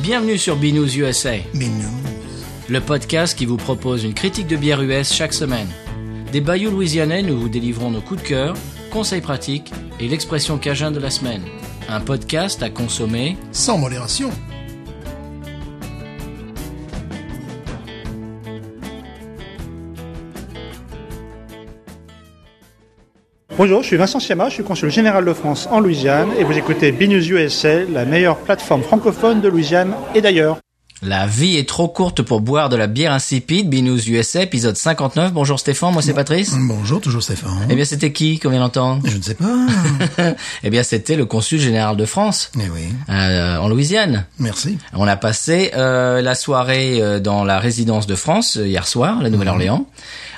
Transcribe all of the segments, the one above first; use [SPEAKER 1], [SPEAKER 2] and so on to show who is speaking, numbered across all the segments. [SPEAKER 1] Bienvenue sur Binous USA,
[SPEAKER 2] Mais non.
[SPEAKER 1] le podcast qui vous propose une critique de bière US chaque semaine. Des bayous louisianais, nous vous délivrons nos coups de cœur, conseils pratiques et l'expression cajun de la semaine. Un podcast à consommer.
[SPEAKER 2] Sans modération.
[SPEAKER 3] Bonjour, je suis Vincent Siama, je suis consul général de France en Louisiane et vous écoutez BNews USA, la meilleure plateforme francophone de Louisiane et d'ailleurs.
[SPEAKER 1] La vie est trop courte pour boire de la bière insipide. Binous USA, épisode 59. Bonjour Stéphane, moi c'est Patrice.
[SPEAKER 2] Bonjour, toujours Stéphane.
[SPEAKER 1] Eh bien, c'était qui qu'on vient d'entendre
[SPEAKER 2] Je ne sais pas.
[SPEAKER 1] Eh bien, c'était le consul général de France,
[SPEAKER 2] eh oui,
[SPEAKER 1] euh, en Louisiane.
[SPEAKER 2] merci.
[SPEAKER 1] On a passé euh, la soirée euh, dans la résidence de France euh, hier soir, la Nouvelle-Orléans,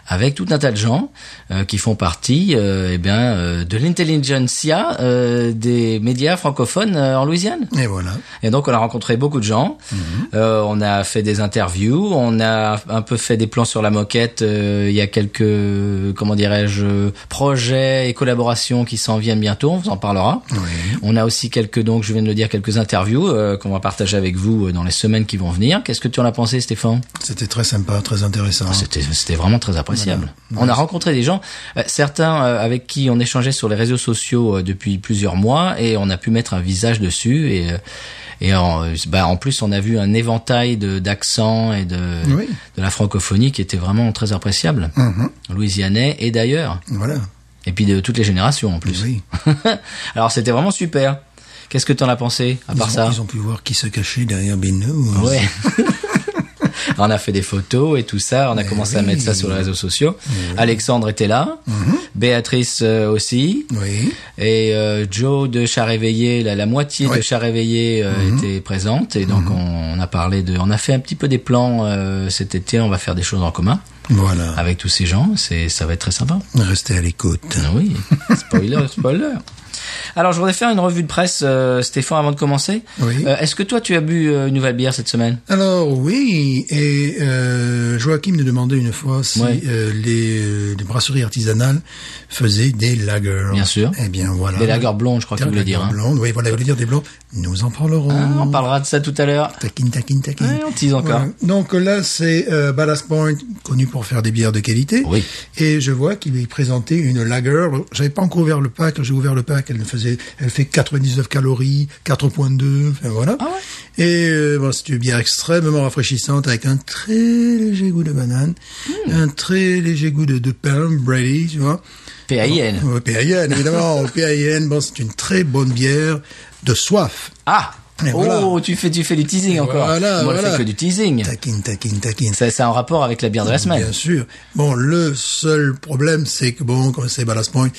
[SPEAKER 1] avec tout un tas de gens euh, qui font partie euh, eh bien, euh, de l'intelligentsia euh, des médias francophones euh, en Louisiane.
[SPEAKER 2] Et voilà.
[SPEAKER 1] Et donc on a rencontré beaucoup de gens, Euh, on a fait des interviews, on a un peu fait des plans sur la moquette, euh, il y a quelques, comment dirais-je, projets et collaborations qui s'en viennent bientôt, on vous en parlera.
[SPEAKER 2] Oui.
[SPEAKER 1] On a aussi quelques, donc je viens de le dire, quelques interviews euh, qu'on va partager avec vous euh, dans les semaines qui vont venir. Qu'est-ce que tu en as pensé, Stéphane
[SPEAKER 2] C'était très sympa, très intéressant.
[SPEAKER 1] Ah, C'était c'était vraiment très appréciable. On a rencontré des gens, euh, certains euh, avec qui on échangeait sur les réseaux sociaux euh, depuis plusieurs mois et on a pu mettre un visage dessus et euh, et en, euh, bah, en plus on a vu un éventail de d'accents et de
[SPEAKER 2] Oui.
[SPEAKER 1] de la francophonie qui était vraiment très appréciable,
[SPEAKER 2] Mhm.
[SPEAKER 1] louisianais et d'ailleurs
[SPEAKER 2] Voilà.
[SPEAKER 1] et puis de toutes les générations en plus.
[SPEAKER 2] Oui.
[SPEAKER 1] Alors c'était vraiment super. Qu'est-ce que t'en as pensé à
[SPEAKER 2] Ils
[SPEAKER 1] part
[SPEAKER 2] ont,
[SPEAKER 1] ça
[SPEAKER 2] ils ont pu voir qui se cachait derrière Binous.
[SPEAKER 1] Ouais. on a fait des photos et tout ça. On a commencé à
[SPEAKER 2] oui. Mhm.
[SPEAKER 1] mettre ça sur les réseaux sociaux. Alexandre était là. Béatrice euh, aussi.
[SPEAKER 2] Oui.
[SPEAKER 1] Et euh, Joe de Charéveillé, la, la moitié de
[SPEAKER 2] Ouais. Mhm.
[SPEAKER 1] Charéveillé euh, était présente. Et donc, on, on a parlé de, on a fait un petit peu des plans euh, cet été. On va faire des choses en commun
[SPEAKER 2] Voilà.
[SPEAKER 1] avec tous ces gens. C'est, ça va être très sympa.
[SPEAKER 2] Restez à l'écoute.
[SPEAKER 1] Ah Oui, spoiler, spoiler. Alors, je voudrais faire une revue de presse, euh, Stéphane, avant de commencer.
[SPEAKER 2] Oui.
[SPEAKER 1] Euh, est-ce que toi, tu as bu euh, une nouvelle bière cette semaine
[SPEAKER 2] Alors oui, et euh, Joachim nous demandait une fois si
[SPEAKER 1] Ouais.
[SPEAKER 2] euh, les, euh, les brasseries artisanales faisaient des lagers.
[SPEAKER 1] Bien sûr.
[SPEAKER 2] Eh bien voilà.
[SPEAKER 1] Des lagers blondes, je crois que
[SPEAKER 2] Des
[SPEAKER 1] tu voulais
[SPEAKER 2] lagers
[SPEAKER 1] dire. hein.
[SPEAKER 2] blondes, oui, voilà, il voulait dire des blondes. Nous en parlerons.
[SPEAKER 1] Ah, on parlera de ça tout à l'heure.
[SPEAKER 2] Taquine, taquine, taquine.
[SPEAKER 1] Ouais, on tease encore.
[SPEAKER 2] Voilà. Donc là, c'est euh, Ballast Point, connu pour faire des bières de qualité.
[SPEAKER 1] Oui.
[SPEAKER 2] Et je vois qu'il est présenté une lager. J'avais pas encore ouvert le pack. J'ai ouvert le pack. Elle faisait, elle fait 99 calories, 4.2. enfin, voilà.
[SPEAKER 1] Ah
[SPEAKER 2] Et euh, bon, c'est une bière extrêmement rafraîchissante avec un très léger goût de banane,
[SPEAKER 1] Hmm.
[SPEAKER 2] un très léger goût de, de pain, Brady, tu vois. Oh,
[SPEAKER 1] PAIN.
[SPEAKER 2] Ouais, PAIN, évidemment. PAIN, bon, c'est une très bonne bière de soif.
[SPEAKER 1] Ah
[SPEAKER 2] Et
[SPEAKER 1] Oh,
[SPEAKER 2] voilà.
[SPEAKER 1] tu fais, tu fais du teasing encore.
[SPEAKER 2] voilà,
[SPEAKER 1] Moi, je
[SPEAKER 2] voilà.
[SPEAKER 1] fais que du teasing.
[SPEAKER 2] Taquine, taquine, taquine.
[SPEAKER 1] Ça, c'est en rapport avec la bière de la semaine.
[SPEAKER 2] Bien sûr. Bon, le seul problème, c'est que bon, quand c'est Ballast Point,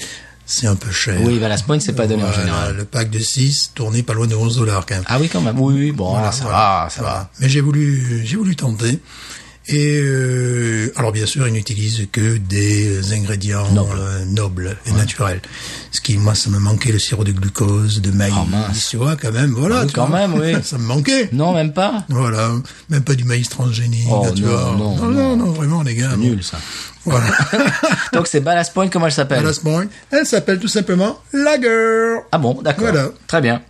[SPEAKER 2] c'est un peu cher.
[SPEAKER 1] Oui, bah, la semaine, c'est pas donné en
[SPEAKER 2] Voilà,
[SPEAKER 1] général.
[SPEAKER 2] Le pack de 6 tournait pas loin de 11 dollars quand même.
[SPEAKER 1] Ah oui, quand même. Oui, oui, bon,
[SPEAKER 2] Voilà,
[SPEAKER 1] ça
[SPEAKER 2] voilà,
[SPEAKER 1] va, ça va.
[SPEAKER 2] Mais j'ai voulu, j'ai voulu tenter. Et euh, alors bien sûr, ils n'utilisent que des ingrédients
[SPEAKER 1] Nobles.
[SPEAKER 2] euh, nobles et naturels. Ce qui, moi, ça me manquait le sirop de glucose, de maïs,
[SPEAKER 1] Oh, mince. Ah
[SPEAKER 2] tu vois, quand même. Voilà.
[SPEAKER 1] Oui,
[SPEAKER 2] tu
[SPEAKER 1] quand
[SPEAKER 2] vois.
[SPEAKER 1] même, oui.
[SPEAKER 2] ça me manquait.
[SPEAKER 1] Non, même pas
[SPEAKER 2] Voilà, même pas du maïs transgénique,
[SPEAKER 1] Oh,
[SPEAKER 2] tu
[SPEAKER 1] non,
[SPEAKER 2] vois.
[SPEAKER 1] non,
[SPEAKER 2] non,
[SPEAKER 1] non.
[SPEAKER 2] non, vraiment les gars.
[SPEAKER 1] Nul, ça.
[SPEAKER 2] Voilà.
[SPEAKER 1] Donc, c'est Ballast Point, comment elle s'appelle
[SPEAKER 2] Alice Boy. Elle s'appelle tout simplement Lager.
[SPEAKER 1] Ah bon, d'accord.
[SPEAKER 2] Voilà.
[SPEAKER 1] Très bien.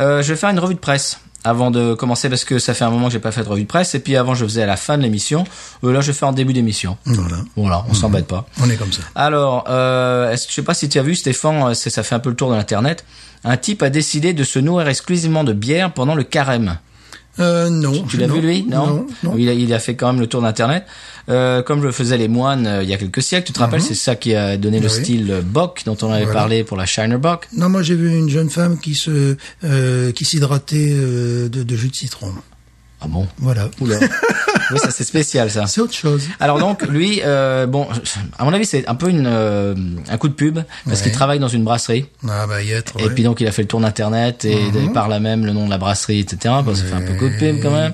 [SPEAKER 1] Euh, je vais faire une revue de presse avant de commencer parce que ça fait un moment que j'ai pas fait de revue de presse. Et puis, avant, je faisais à la fin de l'émission. Euh, là, je fais en début d'émission.
[SPEAKER 2] Voilà.
[SPEAKER 1] Voilà, on s'embête pas.
[SPEAKER 2] On est comme ça.
[SPEAKER 1] Alors, euh, est-ce, je sais pas si tu as vu, Stéphane, euh, c'est, ça fait un peu le tour de l'internet. Un type a décidé de se nourrir exclusivement de bière pendant le carême.
[SPEAKER 2] Euh, non.
[SPEAKER 1] Tu l'as
[SPEAKER 2] non.
[SPEAKER 1] vu lui
[SPEAKER 2] Non. non.
[SPEAKER 1] Il, a, il a fait quand même le tour d'internet, Euh, comme le faisaient les moines euh, il y a quelques siècles. Tu te rappelles, c'est ça qui a donné le
[SPEAKER 2] Mhm. Oui.
[SPEAKER 1] style euh, bock dont on avait
[SPEAKER 2] Voilà.
[SPEAKER 1] parlé pour la Shiner Bock.
[SPEAKER 2] Non, moi j'ai vu une jeune femme qui se euh, qui s'hydratait euh, de, de jus de citron.
[SPEAKER 1] Ah bon
[SPEAKER 2] Voilà.
[SPEAKER 1] Oula. oui, ça c'est spécial ça.
[SPEAKER 2] C'est autre chose.
[SPEAKER 1] Alors donc lui, euh, bon, à mon avis c'est un peu une euh, un coup de pub parce
[SPEAKER 2] Ouais.
[SPEAKER 1] qu'il travaille dans une brasserie.
[SPEAKER 2] Ah bah y être.
[SPEAKER 1] Et puis donc il a fait le tour d'internet et
[SPEAKER 2] Mhm.
[SPEAKER 1] par là même le nom de la brasserie, etc. Bon, ça fait un peu coup de pub quand même.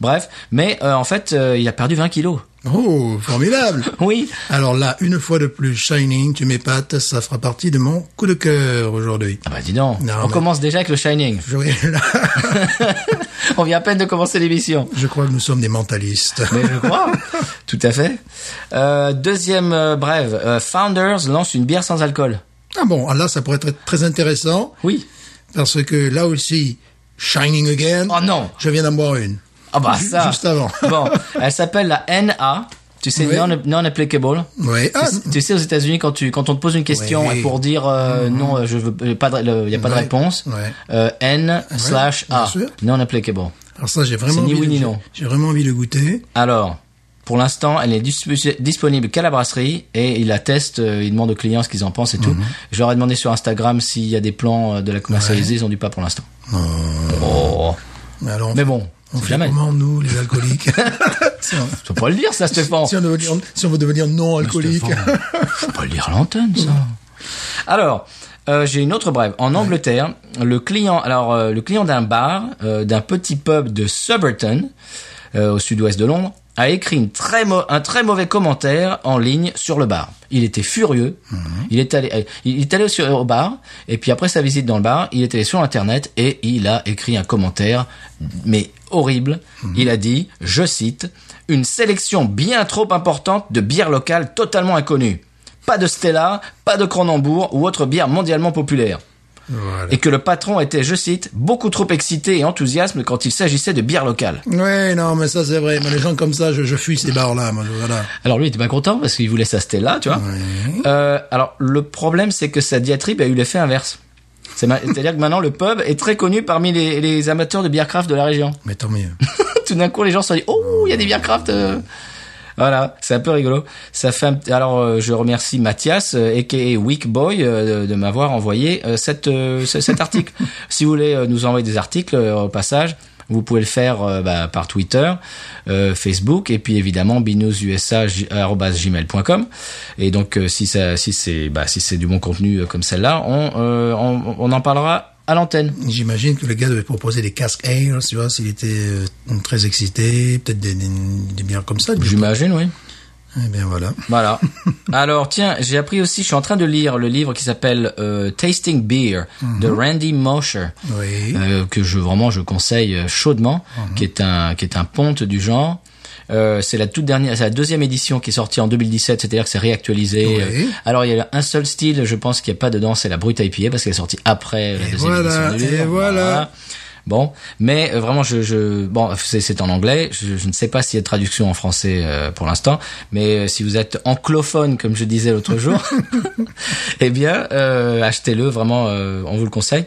[SPEAKER 1] Bref, mais euh, en fait euh, il a perdu 20 kilos.
[SPEAKER 2] Oh, formidable.
[SPEAKER 1] Oui,
[SPEAKER 2] Alors là, une fois de plus, Shining, tu m'épates, ça fera partie de mon coup de cœur aujourd'hui.
[SPEAKER 1] ah bah dis donc,
[SPEAKER 2] Non,
[SPEAKER 1] on
[SPEAKER 2] mais-
[SPEAKER 1] commence déjà avec le Shining.
[SPEAKER 2] Je, là,
[SPEAKER 1] on vient à peine de commencer l'émission.
[SPEAKER 2] je crois que nous sommes des mentalistes.
[SPEAKER 1] Mais je crois, tout à fait. Euh, deuxième euh, brève, euh, Founders lance une bière sans alcool.
[SPEAKER 2] Ah bon, ah là, ça pourrait être très intéressant.
[SPEAKER 1] Oui,
[SPEAKER 2] Parce que là aussi, Shining Again.
[SPEAKER 1] Oh non
[SPEAKER 2] Je viens d'en boire une.
[SPEAKER 1] Ah bah
[SPEAKER 2] Ju-
[SPEAKER 1] ça.
[SPEAKER 2] Juste avant.
[SPEAKER 1] bon, elle s'appelle la NA. Tu sais,
[SPEAKER 2] Oui.
[SPEAKER 1] non, non applicable.
[SPEAKER 2] Ouais. Ah,
[SPEAKER 1] Tu sais- tu sais, aux États-Unis, quand tu quand on te pose une question
[SPEAKER 2] Oui.
[SPEAKER 1] pour dire euh, non, je veux pas, il y a pas de
[SPEAKER 2] Mm-hmm. Ouais.
[SPEAKER 1] réponse.
[SPEAKER 2] Ouais.
[SPEAKER 1] euh, N slash
[SPEAKER 2] bien
[SPEAKER 1] A,
[SPEAKER 2] sûr.
[SPEAKER 1] non applicable.
[SPEAKER 2] alors ça, j'ai vraiment
[SPEAKER 1] C'est ni
[SPEAKER 2] envie
[SPEAKER 1] oui
[SPEAKER 2] de-
[SPEAKER 1] ni non.
[SPEAKER 2] J'ai vraiment envie de goûter.
[SPEAKER 1] Alors, pour l'instant, elle est dis- disponible qu'à la brasserie et il la teste, euh, il demande aux clients ce qu'ils en pensent et tout.
[SPEAKER 2] Mm-hmm.
[SPEAKER 1] Je leur ai demandé sur Instagram s'il y a des plans euh, de la commercialiser, ils ont dit pas pour l'instant. Oh.
[SPEAKER 2] Mais alors, on-
[SPEAKER 1] Mais bon,
[SPEAKER 2] Euh, on
[SPEAKER 1] on
[SPEAKER 2] fait
[SPEAKER 1] jamais.
[SPEAKER 2] comment nous, les alcooliques si, on,
[SPEAKER 1] Faut pas le dire ça, Stéphane.
[SPEAKER 2] si on veut devenir, si on veut devenir non alcoolique.
[SPEAKER 1] Stéphane, Faut pas le dire à l'antenne, ça. Alors, euh, j'ai une autre brève. En Angleterre, le client, alors euh, le client d'un bar, euh, d'un petit pub de Surbiton, euh, au sud-ouest de Londres, a écrit une très mau- un très mauvais commentaire en ligne sur le bar. Il était furieux. Il est allé, euh, il est allé sur- au bar et puis après sa visite dans le bar, il est allé sur internet et il a écrit un commentaire mais horrible. Il a dit, je cite, une sélection bien trop importante de bières locales totalement inconnues. Pas de Stella, pas de Cronenbourg ou autre bière mondialement populaire.
[SPEAKER 2] Voilà.
[SPEAKER 1] Et que le patron était, je cite, beaucoup trop excité et enthousiaste quand il s'agissait de bières locales.
[SPEAKER 2] Ouais, non, mais ça c'est vrai. Mais les gens comme ça, je, je fuis ces bars-là. Moi, je- voilà.
[SPEAKER 1] Alors lui, il était pas content parce qu'il voulait sa Stella, tu vois. Euh, alors le problème, c'est que sa diatribe a eu l'effet inverse. C'est ma- C'est-à-dire que maintenant, le pub est très connu parmi les, les amateurs de bière craft de la région.
[SPEAKER 2] Mais tant mieux.
[SPEAKER 1] Tout d'un coup, les gens se sont dit, oh, il y a des bières craft. euh. Voilà, c'est un peu rigolo. Ça fait un petit- Alors, euh, je remercie Mathias, euh, et a.k.a. Weak Boy, euh, de, de m'avoir envoyé euh, cette, euh, ce- cet article. si vous voulez euh, nous envoyer des articles, euh, au passage, vous pouvez le faire euh, bah, par Twitter, euh, Facebook, et puis évidemment binoususa@gmail.com. Et donc, euh, si, ça, si c'est bah, si c'est du bon contenu euh, comme celle-là, on, euh, on, on en parlera à l'antenne.
[SPEAKER 2] J'imagine que le gars devait proposer des casques air, tu vois, s'il était euh, très excité, peut-être des, des, des bières comme ça. Eh
[SPEAKER 1] J'imagine, oui.
[SPEAKER 2] bien voilà.
[SPEAKER 1] Voilà. Alors tiens, j'ai appris aussi, je suis en train de lire le livre qui s'appelle euh, Tasting Beer de Randy Mosher.
[SPEAKER 2] Oui.
[SPEAKER 1] euh, que je vraiment je conseille euh, chaudement, qui est un qui est un ponte du genre. Euh, c'est la toute dernière, c'est la deuxième édition qui est sortie en 2017, c'est-à-dire que c'est réactualisé.
[SPEAKER 2] Oui.
[SPEAKER 1] Euh, Alors il y a un seul style, je pense qu'il n'y a pas dedans, c'est la brute à IPA parce qu'elle est sortie après la
[SPEAKER 2] Et
[SPEAKER 1] deuxième
[SPEAKER 2] voilà,
[SPEAKER 1] édition du
[SPEAKER 2] et
[SPEAKER 1] livre.
[SPEAKER 2] voilà.
[SPEAKER 1] Bon, mais euh, vraiment, je, je bon, c'est c'est en anglais. Je, je ne sais pas s'il y a de traduction en français euh, pour l'instant, mais euh, si vous êtes anglophone, comme je disais l'autre jour, eh bien, euh, achetez-le. Vraiment, euh, on vous le conseille.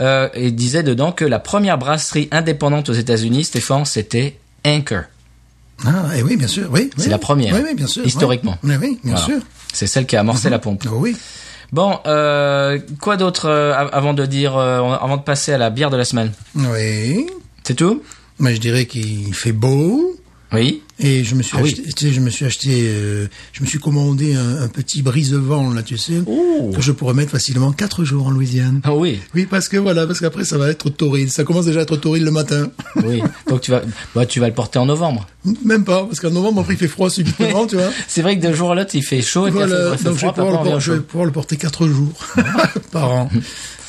[SPEAKER 1] Euh, et disait dedans que la première brasserie indépendante aux États-Unis, Stéphane, c'était Anchor.
[SPEAKER 2] Ah, et oui, bien sûr. Oui.
[SPEAKER 1] C'est
[SPEAKER 2] oui.
[SPEAKER 1] la première.
[SPEAKER 2] Oui, oui, bien sûr.
[SPEAKER 1] Historiquement.
[SPEAKER 2] Oui, oui, bien
[SPEAKER 1] Voilà.
[SPEAKER 2] sûr.
[SPEAKER 1] C'est celle qui a amorcé la pompe.
[SPEAKER 2] Oh, oui.
[SPEAKER 1] Bon, euh, quoi d'autre euh, av- avant de dire, euh, avant de passer à la bière de la semaine
[SPEAKER 2] Oui.
[SPEAKER 1] C'est tout
[SPEAKER 2] Mais je dirais qu'il fait beau.
[SPEAKER 1] Oui.
[SPEAKER 2] Et je me suis
[SPEAKER 1] Ah oui.
[SPEAKER 2] acheté, tu sais, je me suis acheté, euh, je me suis commandé un, un petit brise-vent là, tu sais,
[SPEAKER 1] Ouh.
[SPEAKER 2] que je pourrais mettre facilement quatre jours en Louisiane.
[SPEAKER 1] Ah oui.
[SPEAKER 2] Oui, parce que voilà, parce qu'après ça va être torride. Ça commence déjà à être torride le matin.
[SPEAKER 1] Oui, donc tu vas, bah, tu vas le porter en novembre.
[SPEAKER 2] Même pas, parce qu'en novembre, après, il fait froid subitement, tu vois.
[SPEAKER 1] C'est vrai que d'un jour à l'autre, il fait chaud et puis
[SPEAKER 2] Voilà,
[SPEAKER 1] après, il fait
[SPEAKER 2] donc je vais,
[SPEAKER 1] froid, puis
[SPEAKER 2] pouvoir
[SPEAKER 1] après, on revient
[SPEAKER 2] le porter,
[SPEAKER 1] au
[SPEAKER 2] je vais
[SPEAKER 1] chaud.
[SPEAKER 2] pouvoir le porter quatre jours par an.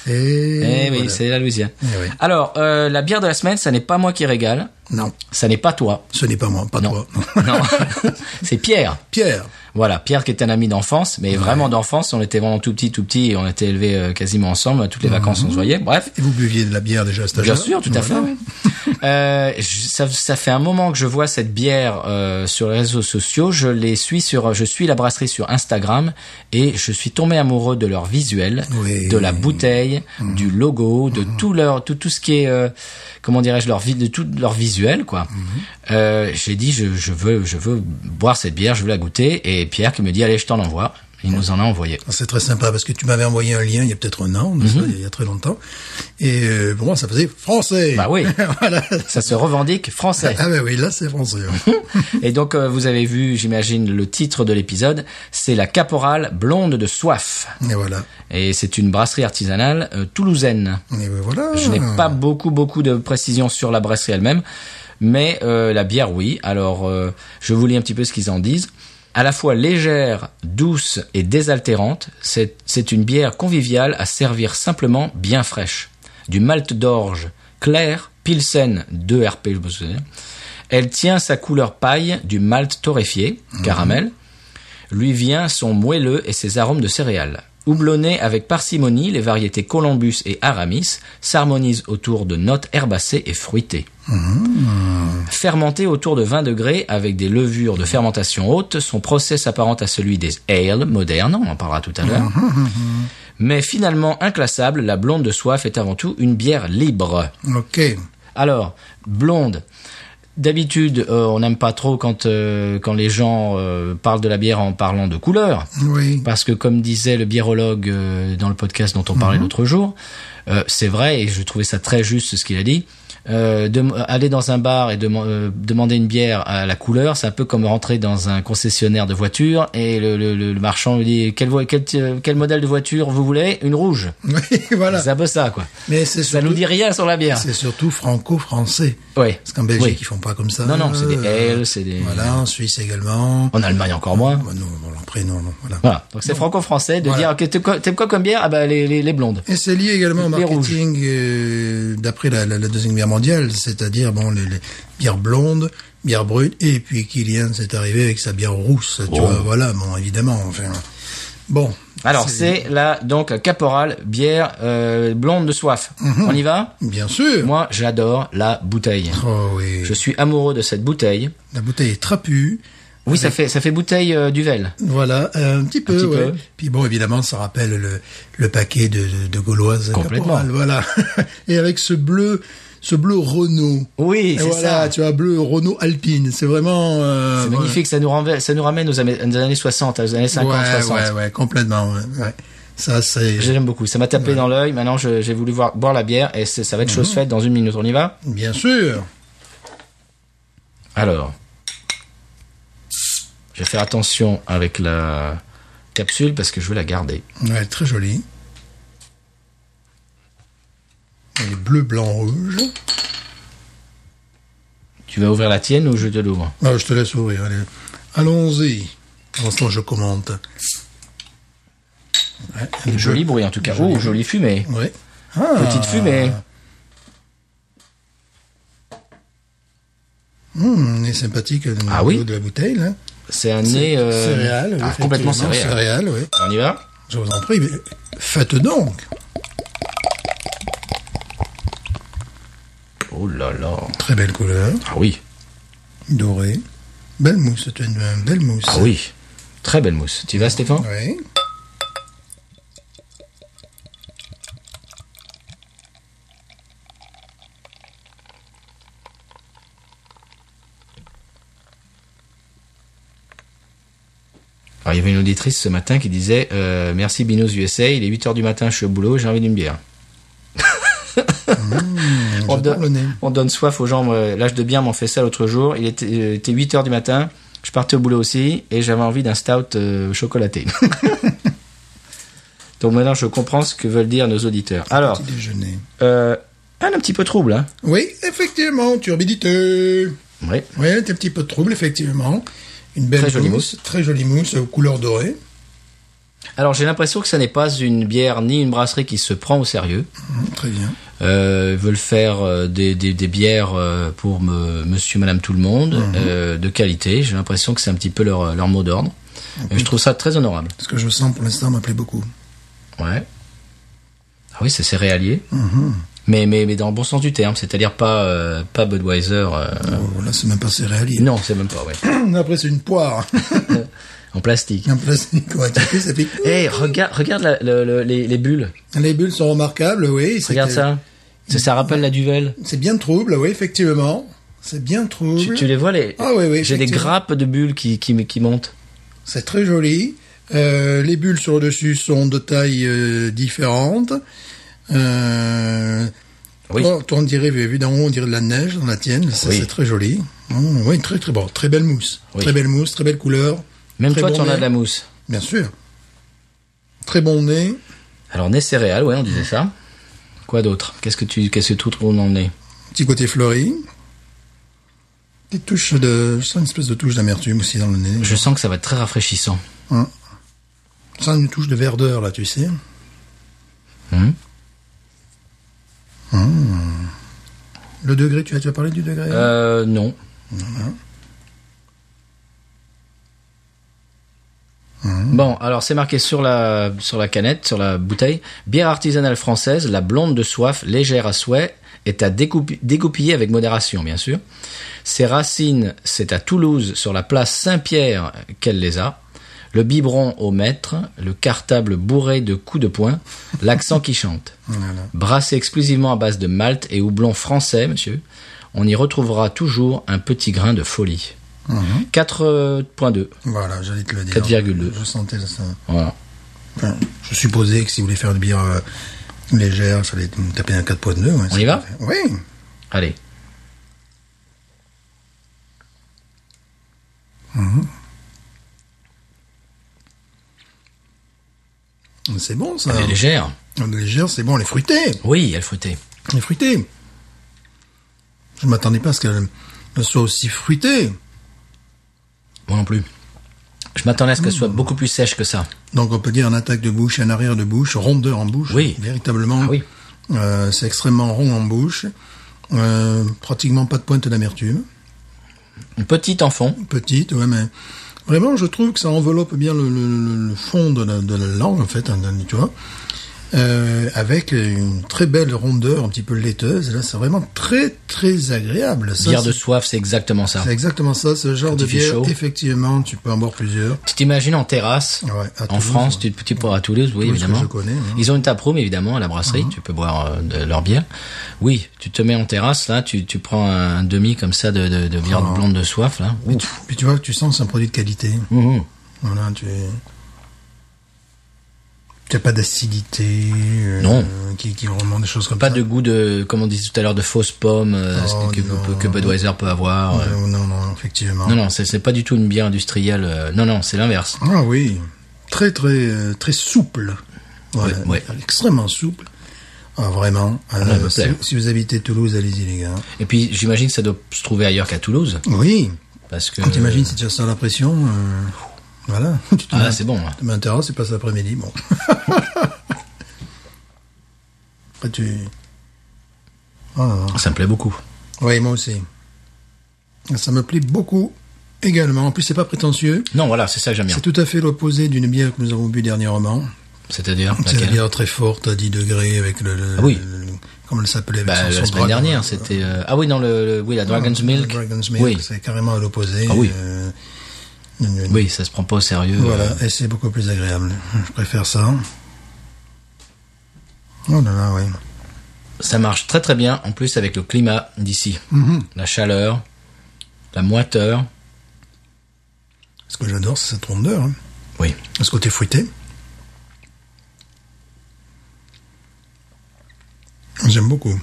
[SPEAKER 2] Et,
[SPEAKER 1] Ah. Eh oui,
[SPEAKER 2] voilà.
[SPEAKER 1] c'est la Louisiane.
[SPEAKER 2] Eh oui.
[SPEAKER 1] Alors, euh, la bière de la semaine, ça n'est pas moi qui régale,
[SPEAKER 2] Non,
[SPEAKER 1] ça n'est pas toi.
[SPEAKER 2] ce n'est pas moi, pas
[SPEAKER 1] Non.
[SPEAKER 2] toi.
[SPEAKER 1] Non, c'est Pierre.
[SPEAKER 2] Pierre,
[SPEAKER 1] Voilà, Pierre qui est un ami d'enfance, mais vraiment d'enfance, on était vraiment tout petit, tout petit, et on était élevés euh, quasiment ensemble, toutes les
[SPEAKER 2] Mhm.
[SPEAKER 1] vacances on se voyait, bref.
[SPEAKER 2] et vous buviez de la bière déjà à cet
[SPEAKER 1] Bien
[SPEAKER 2] âge-là
[SPEAKER 1] sûr, tout à fait.
[SPEAKER 2] Bah, Voilà.
[SPEAKER 1] oui. Euh, je- ça, ça fait un moment que je vois cette bière euh, sur les réseaux sociaux. Je les suis sur, je suis la brasserie sur Instagram et je suis tombé amoureux de leur visuel,
[SPEAKER 2] Oui. Mm.
[SPEAKER 1] de la bouteille, du logo, de tout leur, tout, tout ce qui est, euh, comment dirais-je, leur vie, de tout leur visuel, quoi.
[SPEAKER 2] Mm-hmm.
[SPEAKER 1] Euh, J'ai dit, je, je veux, je veux boire cette bière, je veux la goûter. Et Pierre qui me dit, allez, je t'en envoie. Il nous en a envoyé.
[SPEAKER 2] C'est très sympa parce que tu m'avais envoyé un lien il y a peut-être un an, de ça,
[SPEAKER 1] Mhm.
[SPEAKER 2] il y a très longtemps. Et euh, pour moi, ça faisait français.
[SPEAKER 1] Bah oui.
[SPEAKER 2] voilà.
[SPEAKER 1] Ça se revendique français.
[SPEAKER 2] Ah bah oui, là c'est français. ouais.
[SPEAKER 1] Et donc, euh, vous avez vu, j'imagine, le titre de l'épisode, c'est La Caporale Blonde de Soif.
[SPEAKER 2] Et voilà.
[SPEAKER 1] Et c'est une brasserie artisanale euh, toulousaine.
[SPEAKER 2] Et ben voilà.
[SPEAKER 1] Je n'ai pas beaucoup, beaucoup de précisions sur la brasserie elle-même, mais euh, la bière, oui. Alors, euh, je vous lis un petit peu ce qu'ils en disent. À la fois légère, douce et désaltérante, c'est c'est une bière conviviale à servir simplement bien fraîche. Du malt d'orge clair, Pilsen 2 RP, je me souviens. Elle tient sa couleur paille du malt torréfié, caramel. Lui vient son moelleux et ses arômes de céréales. Houblonné avec parcimonie, les variétés Columbus et Aramis s'harmonisent autour de notes herbacées et fruitées. Fermenté autour de 20 degrés avec des levures de fermentation haute, son procès s'apparente à celui des ale modernes, on en parlera tout à l'heure. Mais finalement inclassable, la blonde de soif est avant tout une bière libre.
[SPEAKER 2] Ok.
[SPEAKER 1] Alors, blonde. D'habitude, euh, on n'aime pas trop quand euh, quand les gens euh, parlent de la bière en parlant de couleur,
[SPEAKER 2] Oui.
[SPEAKER 1] parce que comme disait le biérologue euh, dans le podcast dont on parlait
[SPEAKER 2] Mhm.
[SPEAKER 1] l'autre jour, euh, c'est vrai et je trouvais ça très juste ce qu'il a dit. Euh, dem- aller dans un bar et deman- euh, demander une bière à la couleur, c'est un peu comme rentrer dans un concessionnaire de voitures et le, le, le- le marchand lui dit quel, vo- quel, ti- quel modèle de voiture vous voulez Une rouge.
[SPEAKER 2] Oui, voilà.
[SPEAKER 1] C'est un peu ça quoi.
[SPEAKER 2] Mais c'est
[SPEAKER 1] Ça nous
[SPEAKER 2] surtout,
[SPEAKER 1] dit rien sur la bière.
[SPEAKER 2] c'est surtout franco-français.
[SPEAKER 1] Ouais.
[SPEAKER 2] Parce qu'en Belgique,
[SPEAKER 1] Oui.
[SPEAKER 2] ils font pas comme ça.
[SPEAKER 1] Non non, c'est des
[SPEAKER 2] Euh,
[SPEAKER 1] L, c'est des.
[SPEAKER 2] Voilà, en Suisse également.
[SPEAKER 1] En Allemagne encore moins.
[SPEAKER 2] Bah, non, bon, après, non, non, voilà.
[SPEAKER 1] Voilà. Donc c'est franco-français de dire
[SPEAKER 2] Voilà.
[SPEAKER 1] ok t'aimes quoi, t'aimes quoi comme bière Ah bah les, les, les blondes.
[SPEAKER 2] Et c'est lié également au
[SPEAKER 1] Les rouges.
[SPEAKER 2] marketing euh, d'après la, la- la deuxième guerre mondiale, c'est-à-dire bon les, les bières blondes, bières brutes, et puis Kylian s'est arrivé avec sa bière rousse, tu vois, voilà, bon évidemment, enfin bon.
[SPEAKER 1] Alors c'est la donc la caporale bière euh, blonde de soif.
[SPEAKER 2] Mhm.
[SPEAKER 1] On y va
[SPEAKER 2] bien sûr.
[SPEAKER 1] Moi j'adore la bouteille.
[SPEAKER 2] Oh oui.
[SPEAKER 1] Je suis amoureux de cette bouteille.
[SPEAKER 2] La bouteille est trapue,
[SPEAKER 1] Oui ça fait ça fait bouteille euh, Duvel.
[SPEAKER 2] voilà, euh, un petit peu.
[SPEAKER 1] petit
[SPEAKER 2] ouais.
[SPEAKER 1] peu.
[SPEAKER 2] Puis bon, évidemment, ça rappelle le, le paquet de, de, de gauloises.
[SPEAKER 1] Complètement.
[SPEAKER 2] caporales, voilà. et avec ce bleu, ce bleu Renault.
[SPEAKER 1] Oui
[SPEAKER 2] Et
[SPEAKER 1] c'est
[SPEAKER 2] voilà,
[SPEAKER 1] ça.
[SPEAKER 2] tu vois, bleu Renault Alpine, c'est vraiment. euh,
[SPEAKER 1] C'est
[SPEAKER 2] voilà.
[SPEAKER 1] magnifique, ça nous, ramène, ça nous ramène aux années, aux années 60, aux années 50,
[SPEAKER 2] ouais,
[SPEAKER 1] 60.
[SPEAKER 2] Ouais, ouais, complètement. Ouais, ouais. Ça, c'est
[SPEAKER 1] J'aime beaucoup. Ça m'a tapé dans l'œil. Maintenant, je- j'ai voulu voir, boire la bière et c'est- ça va
[SPEAKER 2] Mhm.
[SPEAKER 1] être chose faite dans une minute. On y va
[SPEAKER 2] bien sûr.
[SPEAKER 1] Alors, je vais faire attention avec la capsule parce que je veux la garder.
[SPEAKER 2] Ouais, très joli. Elle est bleu, blanc, rouge.
[SPEAKER 1] Tu vas ouvrir la tienne ou je te l'ouvre
[SPEAKER 2] Ah, je te laisse ouvrir. Allez. Allons-y. Pour l'instant, je commente. Ouais, un
[SPEAKER 1] Joli bruit en tout cas.
[SPEAKER 2] Joli
[SPEAKER 1] oh, jolie fumée.
[SPEAKER 2] bleu. Ouais. Ah,
[SPEAKER 1] Petite fumée.
[SPEAKER 2] hum, elle est sympathique euh,
[SPEAKER 1] Ah
[SPEAKER 2] au
[SPEAKER 1] oui
[SPEAKER 2] niveau de la bouteille. Là.
[SPEAKER 1] C'est un nez euh,
[SPEAKER 2] Céréales. oui,
[SPEAKER 1] ah, complètement
[SPEAKER 2] effectivement,
[SPEAKER 1] céréales.
[SPEAKER 2] Céréales, oui.
[SPEAKER 1] On y va
[SPEAKER 2] Je vous en prie, mais faites donc.
[SPEAKER 1] Oh là là.
[SPEAKER 2] Très belle couleur.
[SPEAKER 1] Ah oui.
[SPEAKER 2] Doré. Belle mousse, tu as une une belle mousse.
[SPEAKER 1] Ah oui. Très belle mousse. Tu y vas Stéphane
[SPEAKER 2] Oui.
[SPEAKER 1] Alors, il y avait une auditrice ce matin qui disait euh, Merci Binos USA, il est 8h du matin, je suis au boulot, j'ai envie d'une bière. on,
[SPEAKER 2] Mmh, j'adore le nez.
[SPEAKER 1] on donne soif aux gens. euh, L'âge de bière m'en fait ça l'autre jour. Il était, euh, était 8h du matin, je partais au boulot aussi et j'avais envie d'un stout euh, chocolaté. Donc maintenant je comprends ce que veulent dire nos auditeurs. Alors,
[SPEAKER 2] Petit déjeuner.
[SPEAKER 1] euh, un petit peu trouble, hein
[SPEAKER 2] Oui, effectivement, turbidité.
[SPEAKER 1] Oui.
[SPEAKER 2] Oui, elle est un petit peu trouble, effectivement. Une belle
[SPEAKER 1] Très jolie
[SPEAKER 2] Très jolie mousse, aux couleurs dorées.
[SPEAKER 1] Alors j'ai l'impression que ça n'est pas une bière ni une brasserie qui se prend au sérieux.
[SPEAKER 2] Hum, très bien.
[SPEAKER 1] Euh, ils veulent faire euh, des, des, des bières euh, pour me, monsieur, madame, tout le monde, euh, de qualité. J'ai l'impression que c'est un petit peu leur, leur mot d'ordre. Et je trouve ça très honorable.
[SPEAKER 2] Ce que je sens pour l'instant m'appelait beaucoup.
[SPEAKER 1] Ouais. Ah oui, c'est céréalier. Mm-hmm. mais, mais, mais dans le bon sens du terme, c'est-à-dire pas, euh, pas Budweiser. euh,
[SPEAKER 2] Oh, là, c'est même pas céréalier.
[SPEAKER 1] Non, c'est même pas, ouais.
[SPEAKER 2] Après, c'est une poire.
[SPEAKER 1] En plastique.
[SPEAKER 2] Un plastique coattaqué, ça fait...
[SPEAKER 1] Eh, regarde, regarde la- le- le- les, les bulles.
[SPEAKER 2] Les bulles sont remarquables, oui. c'était-
[SPEAKER 1] Regarde ça. Ça, ça rappelle la Duvel.
[SPEAKER 2] C'est bien trouble, oui, effectivement. C'est bien trouble.
[SPEAKER 1] Tu, tu les vois, les...
[SPEAKER 2] Ah oui, oui,
[SPEAKER 1] j'ai des
[SPEAKER 2] effectivement.
[SPEAKER 1] grappes de bulles qui, qui, qui montent.
[SPEAKER 2] C'est très joli. Euh, les bulles sur le dessus sont de tailles euh, différentes. Euh,
[SPEAKER 1] Oui.
[SPEAKER 2] toi, toi, on dirait, vu d'en haut, on dirait de la neige dans la tienne. Ça,
[SPEAKER 1] Oui.
[SPEAKER 2] C'est très joli. Mmh, oui, très très bon. Très belle mousse.
[SPEAKER 1] Oui.
[SPEAKER 2] Très belle mousse, très belle couleur.
[SPEAKER 1] Même
[SPEAKER 2] Très
[SPEAKER 1] toi,
[SPEAKER 2] bon
[SPEAKER 1] tu en as
[SPEAKER 2] nez.
[SPEAKER 1] de la mousse.
[SPEAKER 2] Bien sûr. Très bon nez.
[SPEAKER 1] Alors, nez céréales, ouais, on disait ça. Quoi d'autre Qu'est-ce que tu qu'est-ce que tu trouves dans le nez
[SPEAKER 2] Petit côté fleuri. Petite touche de... Je sens une espèce de touche d'amertume aussi dans le nez.
[SPEAKER 1] Je sens que ça va être très rafraîchissant.
[SPEAKER 2] Je sens une touche de verdeur, là, tu sais.
[SPEAKER 1] Hum.
[SPEAKER 2] Le degré, tu as, tu as parlé du degré hein
[SPEAKER 1] Euh, non. Bon, alors c'est marqué sur la, sur la canette, sur la bouteille. Bière artisanale française, la blonde de soif, légère à souhait, est à découpi- dégoupiller avec modération, bien sûr. Ses racines, c'est à Toulouse, sur la place Saint-Pierre, qu'elle les a. Le biberon au maître, le cartable bourré de coups de poing, l'accent qui chante.
[SPEAKER 2] Voilà.
[SPEAKER 1] Brassé exclusivement à base de malt et houblon français, monsieur, on y retrouvera toujours un petit grain de folie.
[SPEAKER 2] Mhm.
[SPEAKER 1] euh, 4.2.
[SPEAKER 2] Voilà, j'allais te le dire.
[SPEAKER 1] 4,2.
[SPEAKER 2] Je sentais ça.
[SPEAKER 1] Voilà.
[SPEAKER 2] Enfin, je supposais que si vous voulez faire une bière euh, légère, il fallait taper un 4.2. ouais,
[SPEAKER 1] On
[SPEAKER 2] ça
[SPEAKER 1] y va
[SPEAKER 2] fait- Oui.
[SPEAKER 1] Allez.
[SPEAKER 2] C'est bon ça.
[SPEAKER 1] Elle est légère.
[SPEAKER 2] Légère, c'est bon. Elle est fruitée.
[SPEAKER 1] Oui, elle fruitée.
[SPEAKER 2] Elle est fruitée. Je m'attendais pas à ce qu'elle elle soit aussi fruitée.
[SPEAKER 1] Moi non plus. Je m'attendais à ce qu'elle soit
[SPEAKER 2] Mhm.
[SPEAKER 1] beaucoup plus sèche que ça.
[SPEAKER 2] Donc on peut dire en attaque de bouche, en arrière de bouche, rondeur en bouche.
[SPEAKER 1] Oui.
[SPEAKER 2] Véritablement.
[SPEAKER 1] Ah oui.
[SPEAKER 2] Euh, c'est extrêmement rond en bouche. Euh, pratiquement pas de pointe d'amertume.
[SPEAKER 1] Une petite en fond.
[SPEAKER 2] Petite, ouais, mais vraiment, je trouve que ça enveloppe bien le, le- le fond de la, de la langue, en fait, hein, tu vois. Euh, avec une très belle rondeur, un petit peu laiteuse. Là, c'est vraiment très, très agréable. Ça,
[SPEAKER 1] Bière de
[SPEAKER 2] c'est-
[SPEAKER 1] soif, c'est exactement ça.
[SPEAKER 2] C'est exactement ça, ce genre
[SPEAKER 1] hein. Quand
[SPEAKER 2] de
[SPEAKER 1] il fait
[SPEAKER 2] bière.
[SPEAKER 1] chaud.
[SPEAKER 2] Effectivement, tu peux en boire plusieurs.
[SPEAKER 1] Tu t'imagines en terrasse,
[SPEAKER 2] Ouais, à
[SPEAKER 1] en
[SPEAKER 2] Toulouse,
[SPEAKER 1] France,
[SPEAKER 2] ouais.
[SPEAKER 1] tu, tu pourras à Toulouse, oui,
[SPEAKER 2] Toulouse que
[SPEAKER 1] évidemment.
[SPEAKER 2] je connais, Mhm. hein.
[SPEAKER 1] Ils ont une taproom, évidemment, à la brasserie, tu peux boire euh, de leur bière. Oui, tu te mets en terrasse, là, tu, tu prends un demi comme ça de, de, de bière
[SPEAKER 2] Ah.
[SPEAKER 1] blonde de soif, là. Ouf.
[SPEAKER 2] Puis tu vois que tu sens que c'est un produit de qualité.
[SPEAKER 1] Mhm.
[SPEAKER 2] Voilà, tu Tu n'as pas d'acidité. euh,
[SPEAKER 1] Non.
[SPEAKER 2] Qui, qui remonte des choses comme
[SPEAKER 1] Pas
[SPEAKER 2] ça.
[SPEAKER 1] de goût de, comme on disait tout à l'heure, de fausse pomme euh,
[SPEAKER 2] Oh,
[SPEAKER 1] que,
[SPEAKER 2] non.
[SPEAKER 1] que, que Budweiser peut avoir. euh.
[SPEAKER 2] Euh, non, non, effectivement.
[SPEAKER 1] Non, non, c'est c'est pas du tout une bière industrielle. euh, Non, non, c'est l'inverse.
[SPEAKER 2] Ah oui, très très euh, très souple. Voilà,
[SPEAKER 1] Ouais, ouais.
[SPEAKER 2] Extrêmement souple. Ah, vraiment.
[SPEAKER 1] là, me
[SPEAKER 2] si,
[SPEAKER 1] plaît.
[SPEAKER 2] si vous habitez Toulouse, allez-y les gars.
[SPEAKER 1] Et puis, j'imagine que ça doit se trouver ailleurs qu'à Toulouse,
[SPEAKER 2] Oui.
[SPEAKER 1] parce que.
[SPEAKER 2] Quand t'imagines si tu as ça l'impression, euh, voilà. tu te
[SPEAKER 1] Ah,
[SPEAKER 2] mets-
[SPEAKER 1] là, c'est bon. là.
[SPEAKER 2] tu m'intéresses, c'est pas cet après-midi, bon. Après tu. Ah.
[SPEAKER 1] Ça me plaît beaucoup.
[SPEAKER 2] Oui, moi aussi. Ça me plaît beaucoup également. En plus, c'est pas prétentieux.
[SPEAKER 1] Non, voilà, c'est ça que j'aime bien.
[SPEAKER 2] C'est tout à fait l'opposé d'une bière que nous avons bu dernièrement.
[SPEAKER 1] C'est-à-dire
[SPEAKER 2] C'est la
[SPEAKER 1] laquelle
[SPEAKER 2] bière très forte à 10 degrés avec le. le-
[SPEAKER 1] Ah oui.
[SPEAKER 2] le- comment elle s'appelait avec
[SPEAKER 1] Bah,
[SPEAKER 2] son-
[SPEAKER 1] la
[SPEAKER 2] son
[SPEAKER 1] semaine
[SPEAKER 2] dragon, euh,
[SPEAKER 1] dernière, c'était. euh, Ah oui, dans le, le- oui, la Dragon's
[SPEAKER 2] euh,
[SPEAKER 1] Milk.
[SPEAKER 2] Dragon's Milk,
[SPEAKER 1] Oui,
[SPEAKER 2] c'est carrément à l'opposé.
[SPEAKER 1] Ah oui.
[SPEAKER 2] euh, une- une-
[SPEAKER 1] oui, ça se prend pas au sérieux.
[SPEAKER 2] Voilà, et c'est beaucoup plus agréable. Je préfère ça. Oh là là, oui.
[SPEAKER 1] Ça marche très très bien. En plus avec le climat d'ici,
[SPEAKER 2] Mm.
[SPEAKER 1] la chaleur, la moiteur.
[SPEAKER 2] Ce que j'adore, c'est cette rondeur. Hein.
[SPEAKER 1] Oui.
[SPEAKER 2] Ce côté fruité. J'aime beaucoup.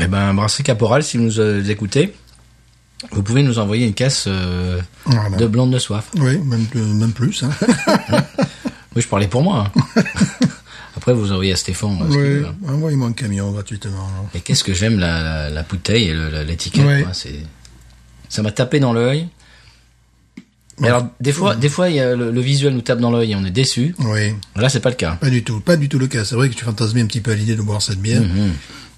[SPEAKER 1] Eh ben, Brasserie Caporal, si vous nous euh, écoutez, vous pouvez nous envoyer une caisse euh,
[SPEAKER 2] Ah, ben.
[SPEAKER 1] de blonde de soif.
[SPEAKER 2] Oui, même, euh, même plus. Hein.
[SPEAKER 1] Oui, je parlais pour moi. hein. Après, vous envoyez à Stéphane. parce
[SPEAKER 2] Ah oui,
[SPEAKER 1] que, euh,
[SPEAKER 2] envoyez-moi un camion gratuitement.
[SPEAKER 1] Mais qu'est-ce que j'aime la, la, la bouteille et le- la- l'étiquette.
[SPEAKER 2] Ouais.
[SPEAKER 1] quoi, c'est- Ça m'a tapé dans l'œil. Mais Alors des fois, des fois, il y a le, le visuel nous tape dans l'œil et on est déçu.
[SPEAKER 2] Oui.
[SPEAKER 1] Là, c'est pas le cas.
[SPEAKER 2] Pas du tout, pas du tout le cas. C'est vrai que tu fantasmais un petit peu à l'idée de boire cette bière.
[SPEAKER 1] Mhm.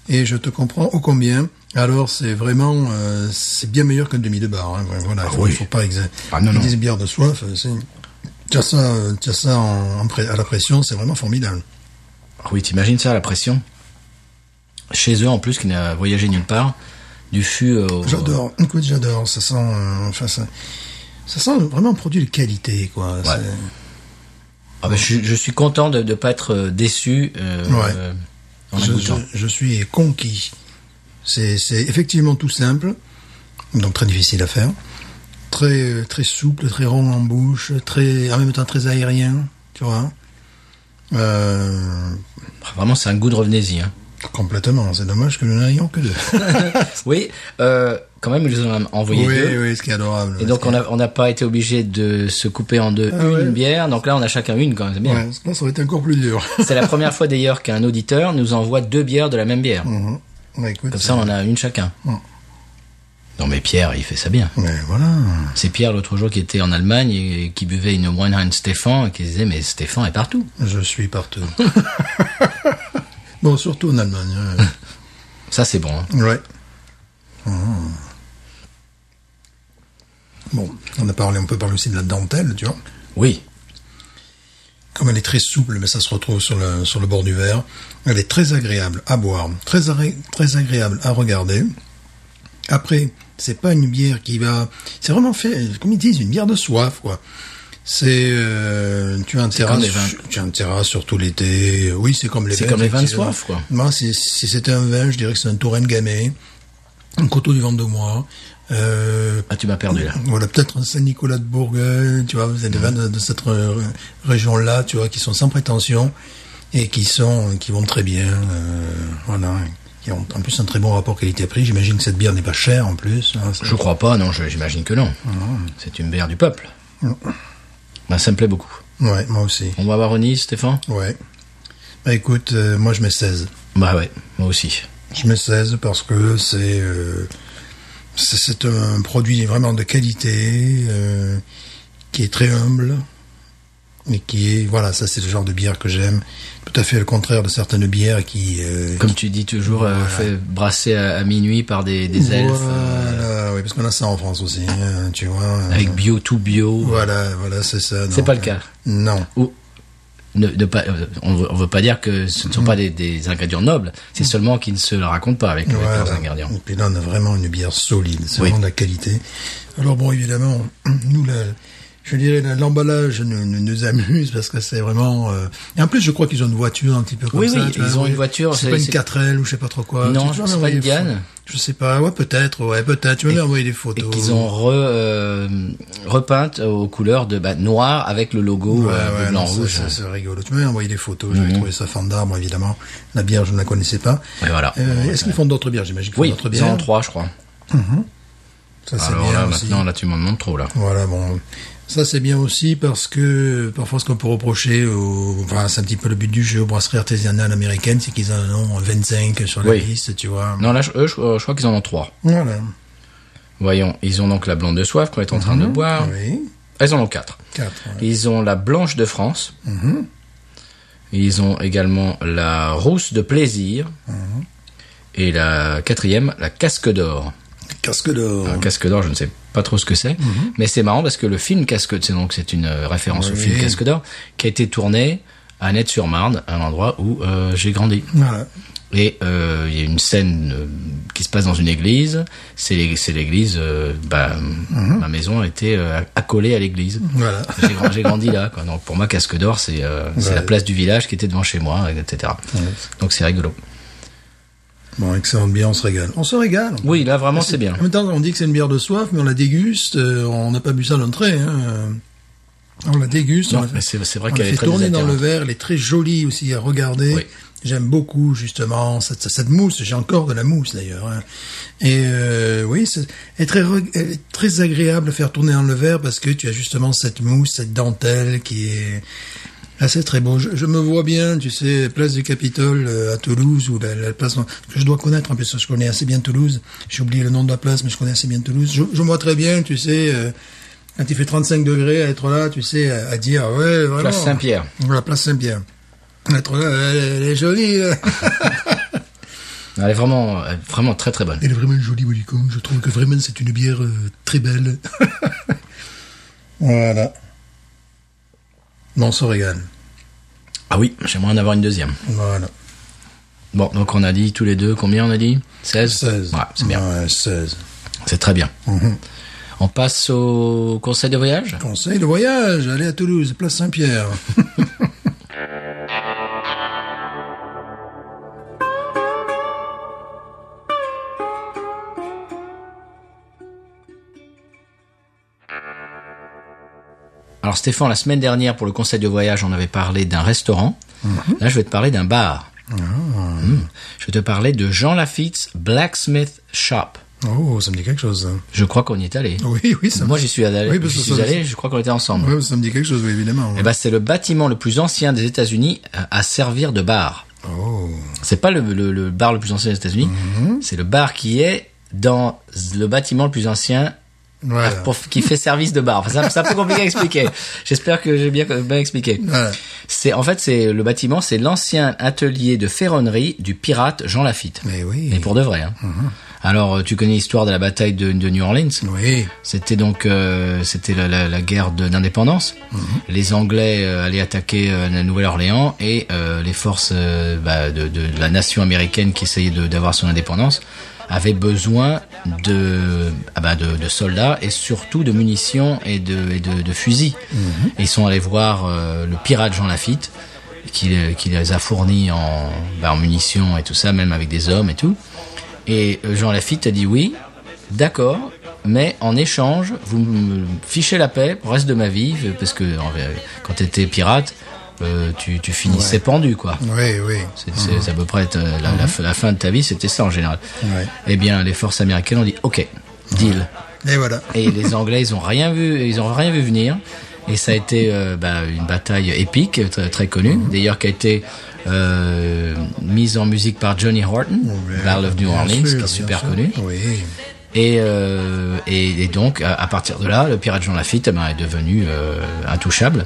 [SPEAKER 2] Et je te comprends ô combien. Alors c'est vraiment, euh, c'est bien meilleur qu'un demi de bar. Hein. Voilà, faut,
[SPEAKER 1] oui.
[SPEAKER 2] faut pas exa-
[SPEAKER 1] Ah, non,
[SPEAKER 2] Ils
[SPEAKER 1] non.
[SPEAKER 2] disent bière de soif. euh, C'est... Tu as ça, euh, tu as ça en, en pré- à la pression, c'est vraiment formidable.
[SPEAKER 1] Ah Oui, t'imagines ça, la pression. Chez eux, en plus, qui n'a voyagé nulle part, du fût. euh, au-
[SPEAKER 2] J'adore, écoute, j'adore. Ça sent, euh, enfin ça, ça sent vraiment un produit de qualité, quoi. C'est-
[SPEAKER 1] Ah ben, je, je suis content de ne pas être euh, déçu. euh,
[SPEAKER 2] Ouais.
[SPEAKER 1] euh, en la
[SPEAKER 2] Je,
[SPEAKER 1] goûtant.
[SPEAKER 2] je- je suis conquis. C'est, c'est effectivement tout simple, donc très difficile à faire, très euh, très souple, très rond en bouche, très en même temps très aérien, tu vois. Euh,
[SPEAKER 1] Ah, Vraiment, c'est un goût de revenez-y. hein.
[SPEAKER 2] complètement. C'est dommage que nous n'ayons que deux.
[SPEAKER 1] Oui, euh, quand même, ils en ont envoyé deux.
[SPEAKER 2] oui, ce qui est adorable.
[SPEAKER 1] Et donc on a- on n'a pas été obligé de se couper en deux
[SPEAKER 2] Ah
[SPEAKER 1] une
[SPEAKER 2] ouais.
[SPEAKER 1] bière, donc là on a chacun une quand même, c'est bien.
[SPEAKER 2] Ouais, là, ça aurait été encore plus dur.
[SPEAKER 1] C'est la première fois d'ailleurs qu'un auditeur nous envoie deux bières de la même bière.
[SPEAKER 2] Mhm. Ouais, écoute,
[SPEAKER 1] Comme ça on en a une chacun.
[SPEAKER 2] Mhm.
[SPEAKER 1] Non mais Pierre il fait ça bien.
[SPEAKER 2] Mais voilà.
[SPEAKER 1] C'est Pierre l'autre jour qui était en Allemagne et qui buvait une Weinheim Stefan et qui disait mais Stefan est partout.
[SPEAKER 2] Je suis partout. bon, surtout en Allemagne. ouais.
[SPEAKER 1] Ça c'est bon. hein.
[SPEAKER 2] Ouais. Ah. Bon, on a parlé, on peut parler aussi de la dentelle, tu vois.
[SPEAKER 1] Oui.
[SPEAKER 2] comme elle est très souple, mais ça se retrouve sur le, sur le bord du verre, elle est très agréable à boire, très, agré- très agréable à regarder. Après, c'est pas une bière qui va. C'est vraiment fait, comme ils disent, une bière de soif, quoi. C'est euh, tu as un terrain,
[SPEAKER 1] comme les vins.
[SPEAKER 2] sur- tu as un terrain surtout l'été. Oui, c'est comme les
[SPEAKER 1] C'est
[SPEAKER 2] vins,
[SPEAKER 1] comme les vins de
[SPEAKER 2] effectivement.
[SPEAKER 1] soif, quoi.
[SPEAKER 2] Moi, si, si c'était un vin, je dirais que c'est un Touraine Gamay, un Coteau du Vendômois. Euh,
[SPEAKER 1] Ah, tu m'as perdu là.
[SPEAKER 2] voilà, peut-être un Saint-Nicolas de Bourgogne, tu vois, vous avez des vins de, de cette euh, région-là, tu vois, qui sont sans prétention et qui sont, qui vont très bien, euh, voilà, qui ont en plus un très bon rapport qualité-prix. J'imagine que cette bière n'est pas chère en plus. hein, c'est-
[SPEAKER 1] Je crois pas, non, je- j'imagine que non. C'est une bière du peuple. Ben, ça me plaît beaucoup.
[SPEAKER 2] Ouais, moi aussi.
[SPEAKER 1] On va avoir au Nice, Stéphane
[SPEAKER 2] Ouais. Bah écoute, euh, moi je mets 16.
[SPEAKER 1] Bah ouais, moi aussi.
[SPEAKER 2] Je mets 16 parce que c'est euh, c'est- c'est un produit vraiment de qualité euh, qui est très humble et qui est voilà ça c'est le genre de bière que j'aime tout à fait le contraire de certaines bières qui euh,
[SPEAKER 1] Comme tu dis toujours, euh, fait brasser à, à minuit par des, des
[SPEAKER 2] voilà,
[SPEAKER 1] elfes, euh,
[SPEAKER 2] oui parce qu'on a ça en France aussi hein, tu vois euh,
[SPEAKER 1] avec bio, tout bio.
[SPEAKER 2] voilà voilà c'est ça non.
[SPEAKER 1] C'est pas le cas.
[SPEAKER 2] non
[SPEAKER 1] Ou ne, ne pas, euh, on veut- on veut pas dire que ce ne sont pas
[SPEAKER 2] Mm.
[SPEAKER 1] des, des ingrédients nobles, c'est seulement qu'ils ne se le racontent pas avec, le- avec
[SPEAKER 2] Voilà.
[SPEAKER 1] leurs ingrédients.
[SPEAKER 2] Et puis là, on a vraiment Mm. une bière solide, c'est
[SPEAKER 1] Oui.
[SPEAKER 2] vraiment de la qualité. Alors bon, évidemment, nous, la, je dirais, la- l'emballage nous, nous, nous amuse parce que c'est vraiment... euh, Et en plus, je crois qu'ils ont une voiture un petit peu comme
[SPEAKER 1] Oui,
[SPEAKER 2] ça.
[SPEAKER 1] oui,
[SPEAKER 2] tu vois,
[SPEAKER 1] ils ont
[SPEAKER 2] oui.
[SPEAKER 1] une voiture,
[SPEAKER 2] C'est
[SPEAKER 1] c'est-
[SPEAKER 2] pas une
[SPEAKER 1] c'est-
[SPEAKER 2] 4L ou je sais pas trop quoi.
[SPEAKER 1] Non,
[SPEAKER 2] Tu- tu
[SPEAKER 1] je
[SPEAKER 2] m'as
[SPEAKER 1] sais pas,
[SPEAKER 2] envoyé
[SPEAKER 1] une
[SPEAKER 2] des photos.
[SPEAKER 1] Diane
[SPEAKER 2] Je sais pas, ouais, peut-être, ouais, peut-être. Tu m'avais envoyé des
[SPEAKER 1] Et
[SPEAKER 2] photos.
[SPEAKER 1] qu'ils ont re, euh, repeinte aux couleurs de bah, noir avec le logo
[SPEAKER 2] Ouais,
[SPEAKER 1] euh,
[SPEAKER 2] ouais,
[SPEAKER 1] de blanc
[SPEAKER 2] non, ça,
[SPEAKER 1] rouge. Mhm.
[SPEAKER 2] ça, C'est rigolo. Tu m'avais envoyé des photos, j'avais trouvé ça fan d'arbre, évidemment. La bière, je ne la connaissais pas.
[SPEAKER 1] Et voilà.
[SPEAKER 2] Euh, Est-ce qu'ils font d'autres bières J'imagine qu'ils
[SPEAKER 1] Ah, bah. Oui,
[SPEAKER 2] font d'autres
[SPEAKER 1] ils
[SPEAKER 2] bières.
[SPEAKER 1] en ont trois, je crois.
[SPEAKER 2] Ça, c'est
[SPEAKER 1] Bah Alors
[SPEAKER 2] bien
[SPEAKER 1] là,
[SPEAKER 2] aussi.
[SPEAKER 1] maintenant, là, tu m'en demandes trop, là.
[SPEAKER 2] Voilà, bon. Ça, c'est bien aussi parce que euh, parfois, ce qu'on peut reprocher, au, enfin, c'est un petit peu le but du jeu aux brasseries artisanales américaines, c'est qu'ils en ont 25 sur la
[SPEAKER 1] Oui.
[SPEAKER 2] liste, tu vois.
[SPEAKER 1] Non, là, je- eux, je, euh, je crois qu'ils en ont trois.
[SPEAKER 2] Voilà.
[SPEAKER 1] Voyons, ils ont donc la blonde de soif qu'on est en train de boire.
[SPEAKER 2] Mhm. Oui.
[SPEAKER 1] Elles en ont quatre.
[SPEAKER 2] 4.
[SPEAKER 1] Ils ont la blanche de France.
[SPEAKER 2] Mhm.
[SPEAKER 1] Ils ont également la rousse de plaisir.
[SPEAKER 2] Mhm.
[SPEAKER 1] Et la quatrième, la casque d'or.
[SPEAKER 2] Casque d'or.
[SPEAKER 1] Un casque d'or, je ne sais pas trop ce que c'est, mais c'est marrant parce que le film Casque, c'est donc c'est une euh, référence au
[SPEAKER 2] Mhm. Oui.
[SPEAKER 1] film Casque d'or qui a été tourné à Nette-sur-Marne, un endroit où euh, j'ai grandi.
[SPEAKER 2] Voilà.
[SPEAKER 1] Et euh, il y a une scène euh, qui se passe dans une église. C'est l'ég- c'est l'église. euh, bah,
[SPEAKER 2] Mhm.
[SPEAKER 1] Ma maison a été euh, accolée à l'église.
[SPEAKER 2] Voilà.
[SPEAKER 1] J'ai grand- j'ai grandi là. Quoi. Donc pour moi, Casque d'Or, c'est euh, c'est
[SPEAKER 2] Ouais.
[SPEAKER 1] la place du village qui était devant chez moi, etc. Donc c'est rigolo.
[SPEAKER 2] Bon, excellente bière, on se régale. On se régale.
[SPEAKER 1] Oui, là vraiment, c'est bien.
[SPEAKER 2] En même temps, on dit que c'est une bière de soif, mais on la déguste, euh, on n'a pas bu ça à l'entrée, hein. On la déguste,
[SPEAKER 1] Non,
[SPEAKER 2] on la fait-
[SPEAKER 1] mais c'est c'est vrai
[SPEAKER 2] On
[SPEAKER 1] qu'elle est
[SPEAKER 2] l'a fait
[SPEAKER 1] très hein.
[SPEAKER 2] tourner Ah, dans le
[SPEAKER 1] désaltérante.
[SPEAKER 2] verre, elle est très jolie aussi à regarder.
[SPEAKER 1] Oui.
[SPEAKER 2] J'aime beaucoup justement cette, cette mousse. J'ai encore de la mousse d'ailleurs. hein. Et euh, oui, c'est elle est très re- elle est très agréable à faire tourner dans le verre parce que tu as justement cette mousse, cette dentelle qui est Là, c'est très beau. Je, je me vois bien, tu sais, place du Capitole euh, à Toulouse, ou la, la place que je dois connaître, en plus, je connais assez bien Toulouse. J'ai oublié le nom de la place, mais je connais assez bien Toulouse. Je, je me vois très bien, tu sais, euh, quand il fait 35 degrés, à être là, tu sais, à, à dire, ouais, voilà.
[SPEAKER 1] Place Saint-Pierre.
[SPEAKER 2] Voilà, place Saint-Pierre. Être là, elle, elle est jolie. là.
[SPEAKER 1] Elle est vraiment, euh, vraiment très très bonne.
[SPEAKER 2] Elle est vraiment jolie, Willycombe. Je trouve que vraiment, c'est une bière euh, très belle. voilà. Bon, on se régale.
[SPEAKER 1] Ah oui, j'aimerais en avoir une deuxième.
[SPEAKER 2] Voilà.
[SPEAKER 1] Bon, donc on a dit tous les deux combien on a dit 16
[SPEAKER 2] 16.
[SPEAKER 1] Ouais, c'est bien.
[SPEAKER 2] Ouais, 16.
[SPEAKER 1] C'est très bien.
[SPEAKER 2] Mhm.
[SPEAKER 1] On passe au conseil de voyage
[SPEAKER 2] Conseil de voyage, allez à Toulouse, place Saint-Pierre.
[SPEAKER 1] Alors Stéphane, la semaine dernière pour le conseil de voyage, on avait parlé d'un restaurant.
[SPEAKER 2] Mhm.
[SPEAKER 1] Là, je vais te parler d'un bar.
[SPEAKER 2] Ah.
[SPEAKER 1] Mmh. Je vais te parler de Jean Lafitte's Blacksmith Shop.
[SPEAKER 2] Oh, ça me dit quelque chose. ça.
[SPEAKER 1] Je crois qu'on y est allé.
[SPEAKER 2] Oui, oui, ça me-
[SPEAKER 1] Moi, j'y suis allé.
[SPEAKER 2] Oui, parce
[SPEAKER 1] j'y
[SPEAKER 2] que
[SPEAKER 1] suis
[SPEAKER 2] ça-
[SPEAKER 1] allé. Je crois qu'on était ensemble.
[SPEAKER 2] Ouais, ça me dit quelque chose, oui, évidemment.
[SPEAKER 1] Eh ben, c'est le bâtiment le plus ancien des États-Unis euh, à- à servir de bar.
[SPEAKER 2] Oh,
[SPEAKER 1] C'est pas le, le- le
[SPEAKER 2] Mhm.
[SPEAKER 1] bar le plus ancien des États-Unis. C'est le bar qui est dans le bâtiment le plus ancien
[SPEAKER 2] Voilà.
[SPEAKER 1] Ah, pour- qui fait service de bar. Enfin, c'est un- c'est un peu compliqué à expliquer. J'espère que j'ai bien, bien expliqué.
[SPEAKER 2] Voilà.
[SPEAKER 1] C'est en fait c'est le bâtiment, c'est l'ancien atelier de ferronnerie du pirate Jean Lafitte.
[SPEAKER 2] Mais oui.
[SPEAKER 1] Et pour de vrai. hein. Alors euh, tu connais l'histoire de la bataille de, de New Orleans.
[SPEAKER 2] Oui.
[SPEAKER 1] C'était donc euh, c'était la, la- la guerre de- d'indépendance. Les Anglais euh, allaient attaquer euh, la Nouvelle-Orléans et euh, les forces euh, bah, de, de- de la nation américaine qui essayait de- d'avoir son indépendance avaient besoin de, ah bah, de, de soldats et surtout de munitions et de, et de, de fusils. Et ils sont allés voir euh, le pirate Jean Lafitte qui, euh, qui les a fournis en, bah, en munitions et tout ça, même avec des hommes et tout. Et euh, Jean Lafitte a dit oui, d'accord, mais en échange, vous me fichez la paix pour le reste de ma vie, euh, parce que en vrai, quand t'étais pirate, euh, tu, tu finissais pendu, quoi.
[SPEAKER 2] Oui, oui.
[SPEAKER 1] C'est c'est- c'est à peu près euh, la, la f- la fin de ta vie, c'était ça en général.
[SPEAKER 2] Ouais.
[SPEAKER 1] Eh bien, les forces américaines ont dit OK, deal.
[SPEAKER 2] Et voilà.
[SPEAKER 1] Et les Anglais, ils ont rien vu, ils ont rien vu venir. Et ça a été euh, bah, une bataille épique, très, très connue.
[SPEAKER 2] Mhm.
[SPEAKER 1] D'ailleurs, qui a été euh, mise en musique par Johnny Horton, Battle of New
[SPEAKER 2] Bien
[SPEAKER 1] Orleans,
[SPEAKER 2] sûr,
[SPEAKER 1] qui
[SPEAKER 2] bien
[SPEAKER 1] est super
[SPEAKER 2] sûr.
[SPEAKER 1] connu.
[SPEAKER 2] Oui.
[SPEAKER 1] Et, euh, et, et donc, à, à partir de là, le pirate Jean Lafitte eh ben, est devenu euh, intouchable.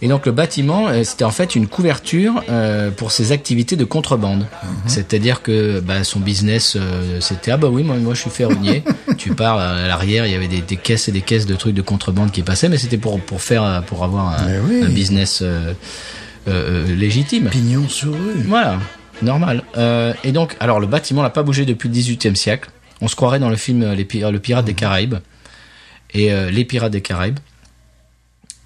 [SPEAKER 1] Et donc, le bâtiment, euh, c'était en fait une couverture euh, pour ses activités de contrebande.
[SPEAKER 2] Mhm.
[SPEAKER 1] C'est-à-dire que bah, son business, euh, c'était Ah bah oui, moi, moi je suis ferronnier. tu pars euh, à l'arrière, il y avait des, des caisses et des caisses de trucs de contrebande qui passaient, mais c'était pour, pour, faire, euh, pour avoir un,
[SPEAKER 2] Mais oui.
[SPEAKER 1] un business euh, euh, euh, légitime.
[SPEAKER 2] Pignon sur rue.
[SPEAKER 1] Voilà, normal. Euh, et donc, alors le bâtiment n'a pas bougé depuis le 18e siècle. On se croirait dans le film euh, Les Pi- Le Pirate
[SPEAKER 2] Mhm.
[SPEAKER 1] des Caraïbes et euh, Les Pirates des Caraïbes.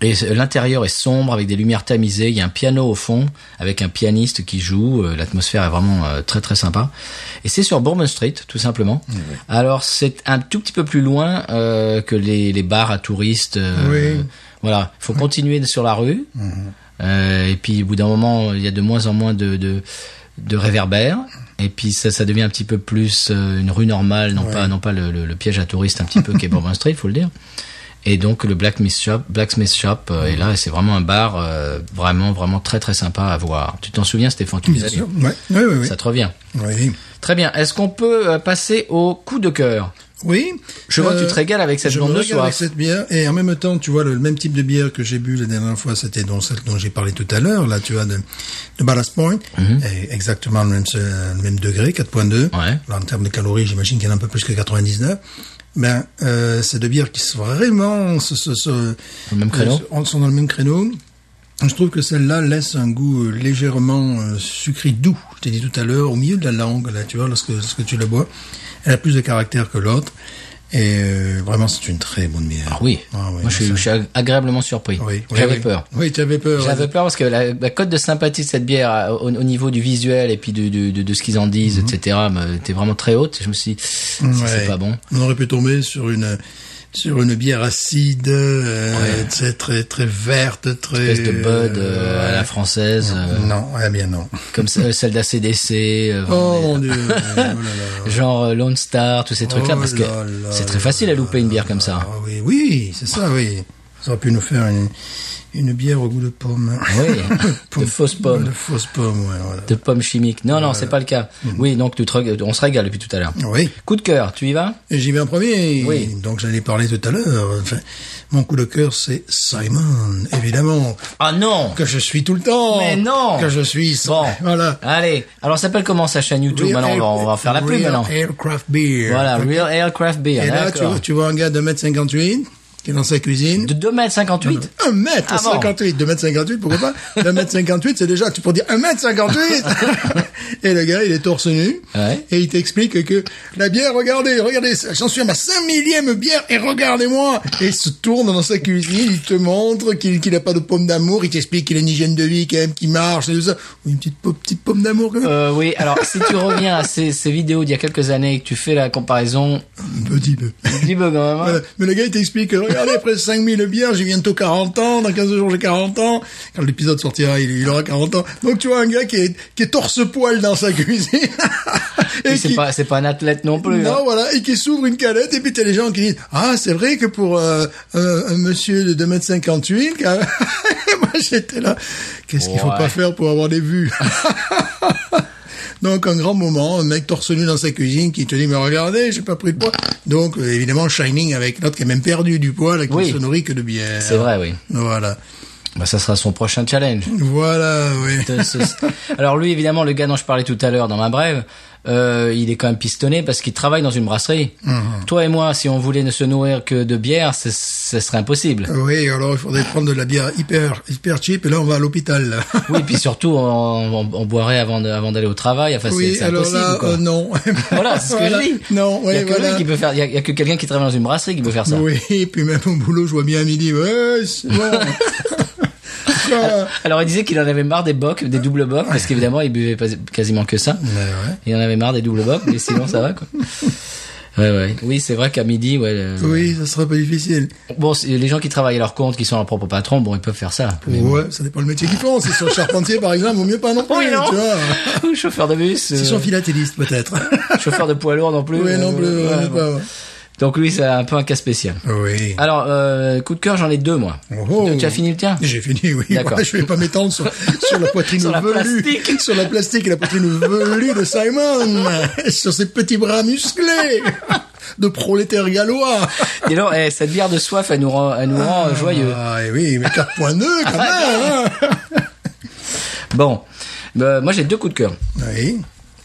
[SPEAKER 1] Et euh, l'intérieur est sombre avec des lumières tamisées. Il y a un piano au fond avec un pianiste qui joue. Euh, L'atmosphère est vraiment euh, très très sympa. Et c'est sur Bourbon Street tout simplement. Alors c'est un tout petit peu plus loin euh, que les, les bars à touristes. euh,
[SPEAKER 2] Oui. Mhm.
[SPEAKER 1] Voilà, faut continuer sur la rue. Euh, et puis au bout d'un moment, il y a de moins en moins de, de, de réverbères. Et puis ça, ça devient un petit peu plus euh, une rue normale, non pas, non pas le, le- le piège à touristes un petit peu qui est Bourbon Street, faut le dire. Et donc le Blacksmith Shop, Blacksmith Shop euh, est là et c'est vraiment un bar euh, vraiment vraiment très très sympa à voir. Tu t'en souviens Stéphane tu nous
[SPEAKER 2] Bien
[SPEAKER 1] as dit.
[SPEAKER 2] sûr. Ouais. Oui, oui, oui.
[SPEAKER 1] Ça te revient.
[SPEAKER 2] Oui.
[SPEAKER 1] Très bien. Est-ce qu'on peut euh, passer au coup de cœur
[SPEAKER 2] Oui. Euh,
[SPEAKER 1] Je vois que tu te régales avec cette
[SPEAKER 2] je
[SPEAKER 1] bande
[SPEAKER 2] me
[SPEAKER 1] de
[SPEAKER 2] régale avec
[SPEAKER 1] soif.
[SPEAKER 2] cette bière et en même temps, tu vois le, le même type de bière que j'ai bu la dernière fois, c'était donc celle dont j'ai parlé tout à l'heure. Là, tu vois de, de Ballast Point,
[SPEAKER 1] Mhm.
[SPEAKER 2] Et exactement le même euh, le même degré, 4.2.
[SPEAKER 1] Ouais.
[SPEAKER 2] Là, en termes de calories, j'imagine qu'il y en a un peu plus que 99. Ben, euh, c'est deux bières qui sont vraiment se, se, se-
[SPEAKER 1] Au même créneau.
[SPEAKER 2] euh, on- sont dans le même créneau. Je trouve que celle-là laisse un goût euh, légèrement euh, sucré doux. Je t'ai dit tout à l'heure, au milieu de la langue, là, tu vois, lorsque, lorsque tu la bois, elle a plus de caractère que l'autre. Et euh, vraiment, c'est une très bonne bière.
[SPEAKER 1] Ah oui.
[SPEAKER 2] Ah oui,
[SPEAKER 1] Moi je suis,
[SPEAKER 2] ça-
[SPEAKER 1] je suis ag- agréablement surpris.
[SPEAKER 2] oui, oui,
[SPEAKER 1] J'avais
[SPEAKER 2] oui.
[SPEAKER 1] peur.
[SPEAKER 2] Oui, tu avais peur.
[SPEAKER 1] J'avais peur parce que la, la cote de sympathie de cette bière euh, au, au niveau du visuel et puis du- du- de, de ce qu'ils en disent, etc., me- était vraiment très haute. Je me suis dit, ça, c'est
[SPEAKER 2] Mhm. Ouais.
[SPEAKER 1] pas bon.
[SPEAKER 2] On aurait pu tomber sur une sur une bière acide, euh, tu sais, très très verte, très
[SPEAKER 1] Espèce de Bud euh, à la française, euh,
[SPEAKER 2] Non, eh bien non.
[SPEAKER 1] comme ce- celle d'ACDC, euh,
[SPEAKER 2] Oh
[SPEAKER 1] vraiment
[SPEAKER 2] mon dieu. oh là là.
[SPEAKER 1] des- genre euh, Lone Star, tous ces trucs-là,
[SPEAKER 2] Oh
[SPEAKER 1] parce que
[SPEAKER 2] là là
[SPEAKER 1] c'est très facile à louper une bière comme
[SPEAKER 2] Ah
[SPEAKER 1] ça.
[SPEAKER 2] oui, oui, c'est ça, oui. Ça aurait pu nous faire une une bière au goût de pomme.
[SPEAKER 1] Oui, de fausses
[SPEAKER 2] De
[SPEAKER 1] pommes,
[SPEAKER 2] fausses pommes, ouais, voilà.
[SPEAKER 1] de pommes chimiques. Non, non, c'est pas le cas.
[SPEAKER 2] Mhm.
[SPEAKER 1] Oui, donc tu te reg- on se régale depuis tout à l'heure.
[SPEAKER 2] Oui.
[SPEAKER 1] Coup de cœur, tu y vas
[SPEAKER 2] Et j'y vais en premier.
[SPEAKER 1] Oui.
[SPEAKER 2] Donc j'en ai parlé tout à l'heure. Enfin, mon coup de cœur, c'est Simon, évidemment.
[SPEAKER 1] Ah non
[SPEAKER 2] que je suis tout le temps.
[SPEAKER 1] Mais non
[SPEAKER 2] Que je suis.
[SPEAKER 1] Bon,
[SPEAKER 2] Voilà.
[SPEAKER 1] allez. Alors, ça s'appelle comment sa chaîne YouTube
[SPEAKER 2] Real
[SPEAKER 1] Maintenant, on va, on va
[SPEAKER 2] Air-
[SPEAKER 1] faire la pub
[SPEAKER 2] Real
[SPEAKER 1] maintenant.
[SPEAKER 2] Aircraft Beer.
[SPEAKER 1] Voilà,
[SPEAKER 2] Ok.
[SPEAKER 1] Real Aircraft Beer.
[SPEAKER 2] Et là, tu
[SPEAKER 1] d'accord.
[SPEAKER 2] vois, tu vois un gars de 1m58 qui est dans sa cuisine.
[SPEAKER 1] De 2 mètres 58
[SPEAKER 2] 1 mètre
[SPEAKER 1] Ah bon.
[SPEAKER 2] 58, 2 mètres 58, pourquoi pas 2 mètres 58, c'est déjà, tu pourrais dire 1 mètre 58 Et le gars, il est torse nu,
[SPEAKER 1] Ouais.
[SPEAKER 2] et il t'explique que la bière, regardez, regardez, j'en suis à ma 5 millième bière, et regardez-moi Et il se tourne dans sa cuisine, il te montre qu'il qu'il a pas de pomme d'amour, il t'explique qu'il a une hygiène de vie quand même, qui marche, et tout ça. Oui, une petite, po- petite pomme d'amour quand même.
[SPEAKER 1] Euh, oui, alors si tu reviens à ces, ces vidéos d'il y a quelques années et que tu fais la comparaison,
[SPEAKER 2] Un petit peu.
[SPEAKER 1] dis bug quand même. hein.
[SPEAKER 2] Voilà. Mais le gars, il t'explique, euh, regardez, après 5000 bières, j'ai bientôt 40 ans, dans 15 jours, j'ai 40 ans. Quand l'épisode sortira, il, il aura 40 ans. Donc, tu vois, un gars qui est, qui est torse-poil dans sa cuisine.
[SPEAKER 1] Puis
[SPEAKER 2] et
[SPEAKER 1] C'est pas, c'est pas un athlète non plus.
[SPEAKER 2] non,
[SPEAKER 1] hein.
[SPEAKER 2] voilà, et qui s'ouvre une canette, et puis t'as les gens qui disent, ah, c'est vrai que pour euh, euh, un monsieur de 2m58, quand même. moi j'étais là, qu'est-ce qu'il faut
[SPEAKER 1] Ouais.
[SPEAKER 2] pas faire pour avoir des vues Donc un grand moment, un mec torse nu dans sa cuisine qui te dit mais regardez, j'ai pas pris de poids. Donc euh, évidemment Shining avec l'autre qui a même perdu du poids, là, qui
[SPEAKER 1] Oui.
[SPEAKER 2] ne se nourrit que de bière.
[SPEAKER 1] C'est vrai, oui.
[SPEAKER 2] Voilà.
[SPEAKER 1] Bah, ça sera son prochain challenge.
[SPEAKER 2] Voilà, oui.
[SPEAKER 1] De ce- Alors lui, évidemment, le gars dont je parlais tout à l'heure dans ma brève, euh, il est quand même pistonné parce qu'il travaille dans une brasserie.
[SPEAKER 2] Mhm.
[SPEAKER 1] Toi et moi, si on voulait ne se nourrir que de bière, ce- ce serait impossible.
[SPEAKER 2] Oui, alors il faudrait prendre de la bière hyper, hyper cheap et là on va à l'hôpital. là.
[SPEAKER 1] Oui, puis surtout, on, on- on boirait avant de- avant d'aller au travail. Enfin, c'est-
[SPEAKER 2] oui,
[SPEAKER 1] c'est
[SPEAKER 2] alors
[SPEAKER 1] impossible.
[SPEAKER 2] là,
[SPEAKER 1] quoi.
[SPEAKER 2] euh, non.
[SPEAKER 1] Voilà, c'est ce que je dis.
[SPEAKER 2] Non,
[SPEAKER 1] il y
[SPEAKER 2] oui,
[SPEAKER 1] a que
[SPEAKER 2] voilà.
[SPEAKER 1] lui qui peut faire. Il y a, il y a que quelqu'un qui travaille dans une brasserie qui peut faire ça.
[SPEAKER 2] Oui, et puis même au boulot, je vois bien à midi, ouais, c'est bon. Quoi
[SPEAKER 1] Alors il disait qu'il en avait marre des bocs, des doubles bocs, parce qu'évidemment il buvait pas- quasiment que ça.
[SPEAKER 2] Mais ouais.
[SPEAKER 1] Il en avait marre des doubles bocs, mais sinon ça va quoi. Ouais, ouais. Oui, c'est vrai qu'à midi, ouais. euh,
[SPEAKER 2] Oui, ça sera pas difficile.
[SPEAKER 1] Bon, c'est- les gens qui travaillent à leur compte, qui sont leur propre patron, bon, ils peuvent faire ça. Mais
[SPEAKER 2] ouais, ça dépend le métier qu'ils font. Si sont charpentier, par exemple, vaut mieux pas non plus,
[SPEAKER 1] Oui, non. Euh.
[SPEAKER 2] tu vois.
[SPEAKER 1] Ou chauffeur de bus,
[SPEAKER 2] S'ils sont
[SPEAKER 1] euh,
[SPEAKER 2] philatélistes, peut-être.
[SPEAKER 1] chauffeur de poids lourd non plus.
[SPEAKER 2] oui,
[SPEAKER 1] euh,
[SPEAKER 2] non plus,
[SPEAKER 1] ouais,
[SPEAKER 2] on est
[SPEAKER 1] bon.
[SPEAKER 2] pas, ouais.
[SPEAKER 1] Donc lui, c'est un peu un cas spécial.
[SPEAKER 2] Oui.
[SPEAKER 1] Alors, euh, coup de cœur, j'en ai deux moi.
[SPEAKER 2] Oh.
[SPEAKER 1] Tu as fini le tien
[SPEAKER 2] J'ai fini, oui.
[SPEAKER 1] D'accord.
[SPEAKER 2] Moi, je vais pas m'étendre sur, sur la poitrine
[SPEAKER 1] Sur la
[SPEAKER 2] velue.
[SPEAKER 1] plastique.
[SPEAKER 2] Sur la plastique et la poitrine velue de Simon. sur ses petits bras musclés. De prolétaire gallois.
[SPEAKER 1] Et alors, eh, cette bière de soif, elle nous rend, elle nous rend euh, joyeux.
[SPEAKER 2] Ah, et oui, mais 4.2 quand
[SPEAKER 1] Ah.
[SPEAKER 2] même. hein.
[SPEAKER 1] Bon, Bah, moi j'ai deux coups de cœur.
[SPEAKER 2] Ah, Oui.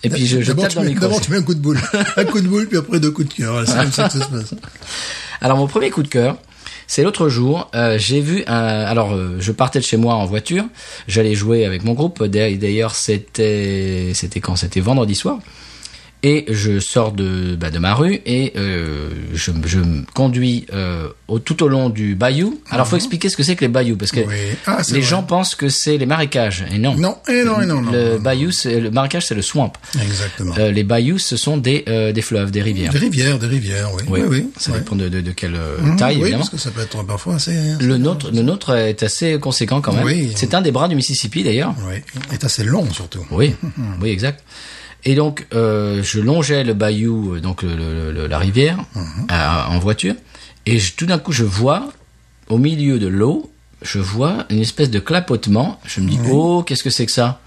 [SPEAKER 1] Et puis je, je
[SPEAKER 2] D'abord,
[SPEAKER 1] tape
[SPEAKER 2] tu
[SPEAKER 1] dans le
[SPEAKER 2] mets-
[SPEAKER 1] micro.
[SPEAKER 2] D'abord,
[SPEAKER 1] aussi.
[SPEAKER 2] tu mets un coup de boule. un coup de boule, puis après deux coups de cœur. Voilà, C'est comme ça que ça se passe.
[SPEAKER 1] Alors mon premier coup de cœur, c'est l'autre jour, euh, j'ai vu un... Alors euh, je partais de chez moi en voiture, j'allais jouer avec mon groupe, D'ailleurs- d'ailleurs c'était... C'était quand C'était vendredi soir. Et je sors de, bah, de ma rue et euh, je, je me conduis euh, au, tout au long du bayou. Alors faut expliquer ce que c'est que les bayous, parce que
[SPEAKER 2] Mhm. Oui. Ah, c'est
[SPEAKER 1] les
[SPEAKER 2] vrai.
[SPEAKER 1] gens pensent que c'est les marécages, et non.
[SPEAKER 2] Non, et non, et non, non.
[SPEAKER 1] le
[SPEAKER 2] non, non.
[SPEAKER 1] bayou, c'est- le marécage c'est le swamp.
[SPEAKER 2] Exactement.
[SPEAKER 1] Euh, les bayous, ce sont des, euh, des fleuves, des rivières.
[SPEAKER 2] Des rivières, des rivières, oui. Oui, oui.
[SPEAKER 1] Ça
[SPEAKER 2] oui.
[SPEAKER 1] dépend de, de, de quelle euh,
[SPEAKER 2] Mhm,
[SPEAKER 1] taille,
[SPEAKER 2] oui,
[SPEAKER 1] évidemment.
[SPEAKER 2] parce que ça peut être parfois assez... hein.
[SPEAKER 1] Le nôtre, le nôtre est assez conséquent quand même.
[SPEAKER 2] Oui.
[SPEAKER 1] C'est un des bras du Mississippi d'ailleurs.
[SPEAKER 2] Oui, est assez long surtout.
[SPEAKER 1] Oui,
[SPEAKER 2] Mhm.
[SPEAKER 1] oui, exact. Et donc, euh, je longeais le bayou, euh, donc le- le- le- la rivière,
[SPEAKER 2] Mhm.
[SPEAKER 1] à- en voiture, et je- tout d'un coup, je vois, au milieu de l'eau, je vois une espèce de clapotement. Je me dis, oh, qu'est-ce que c'est que ça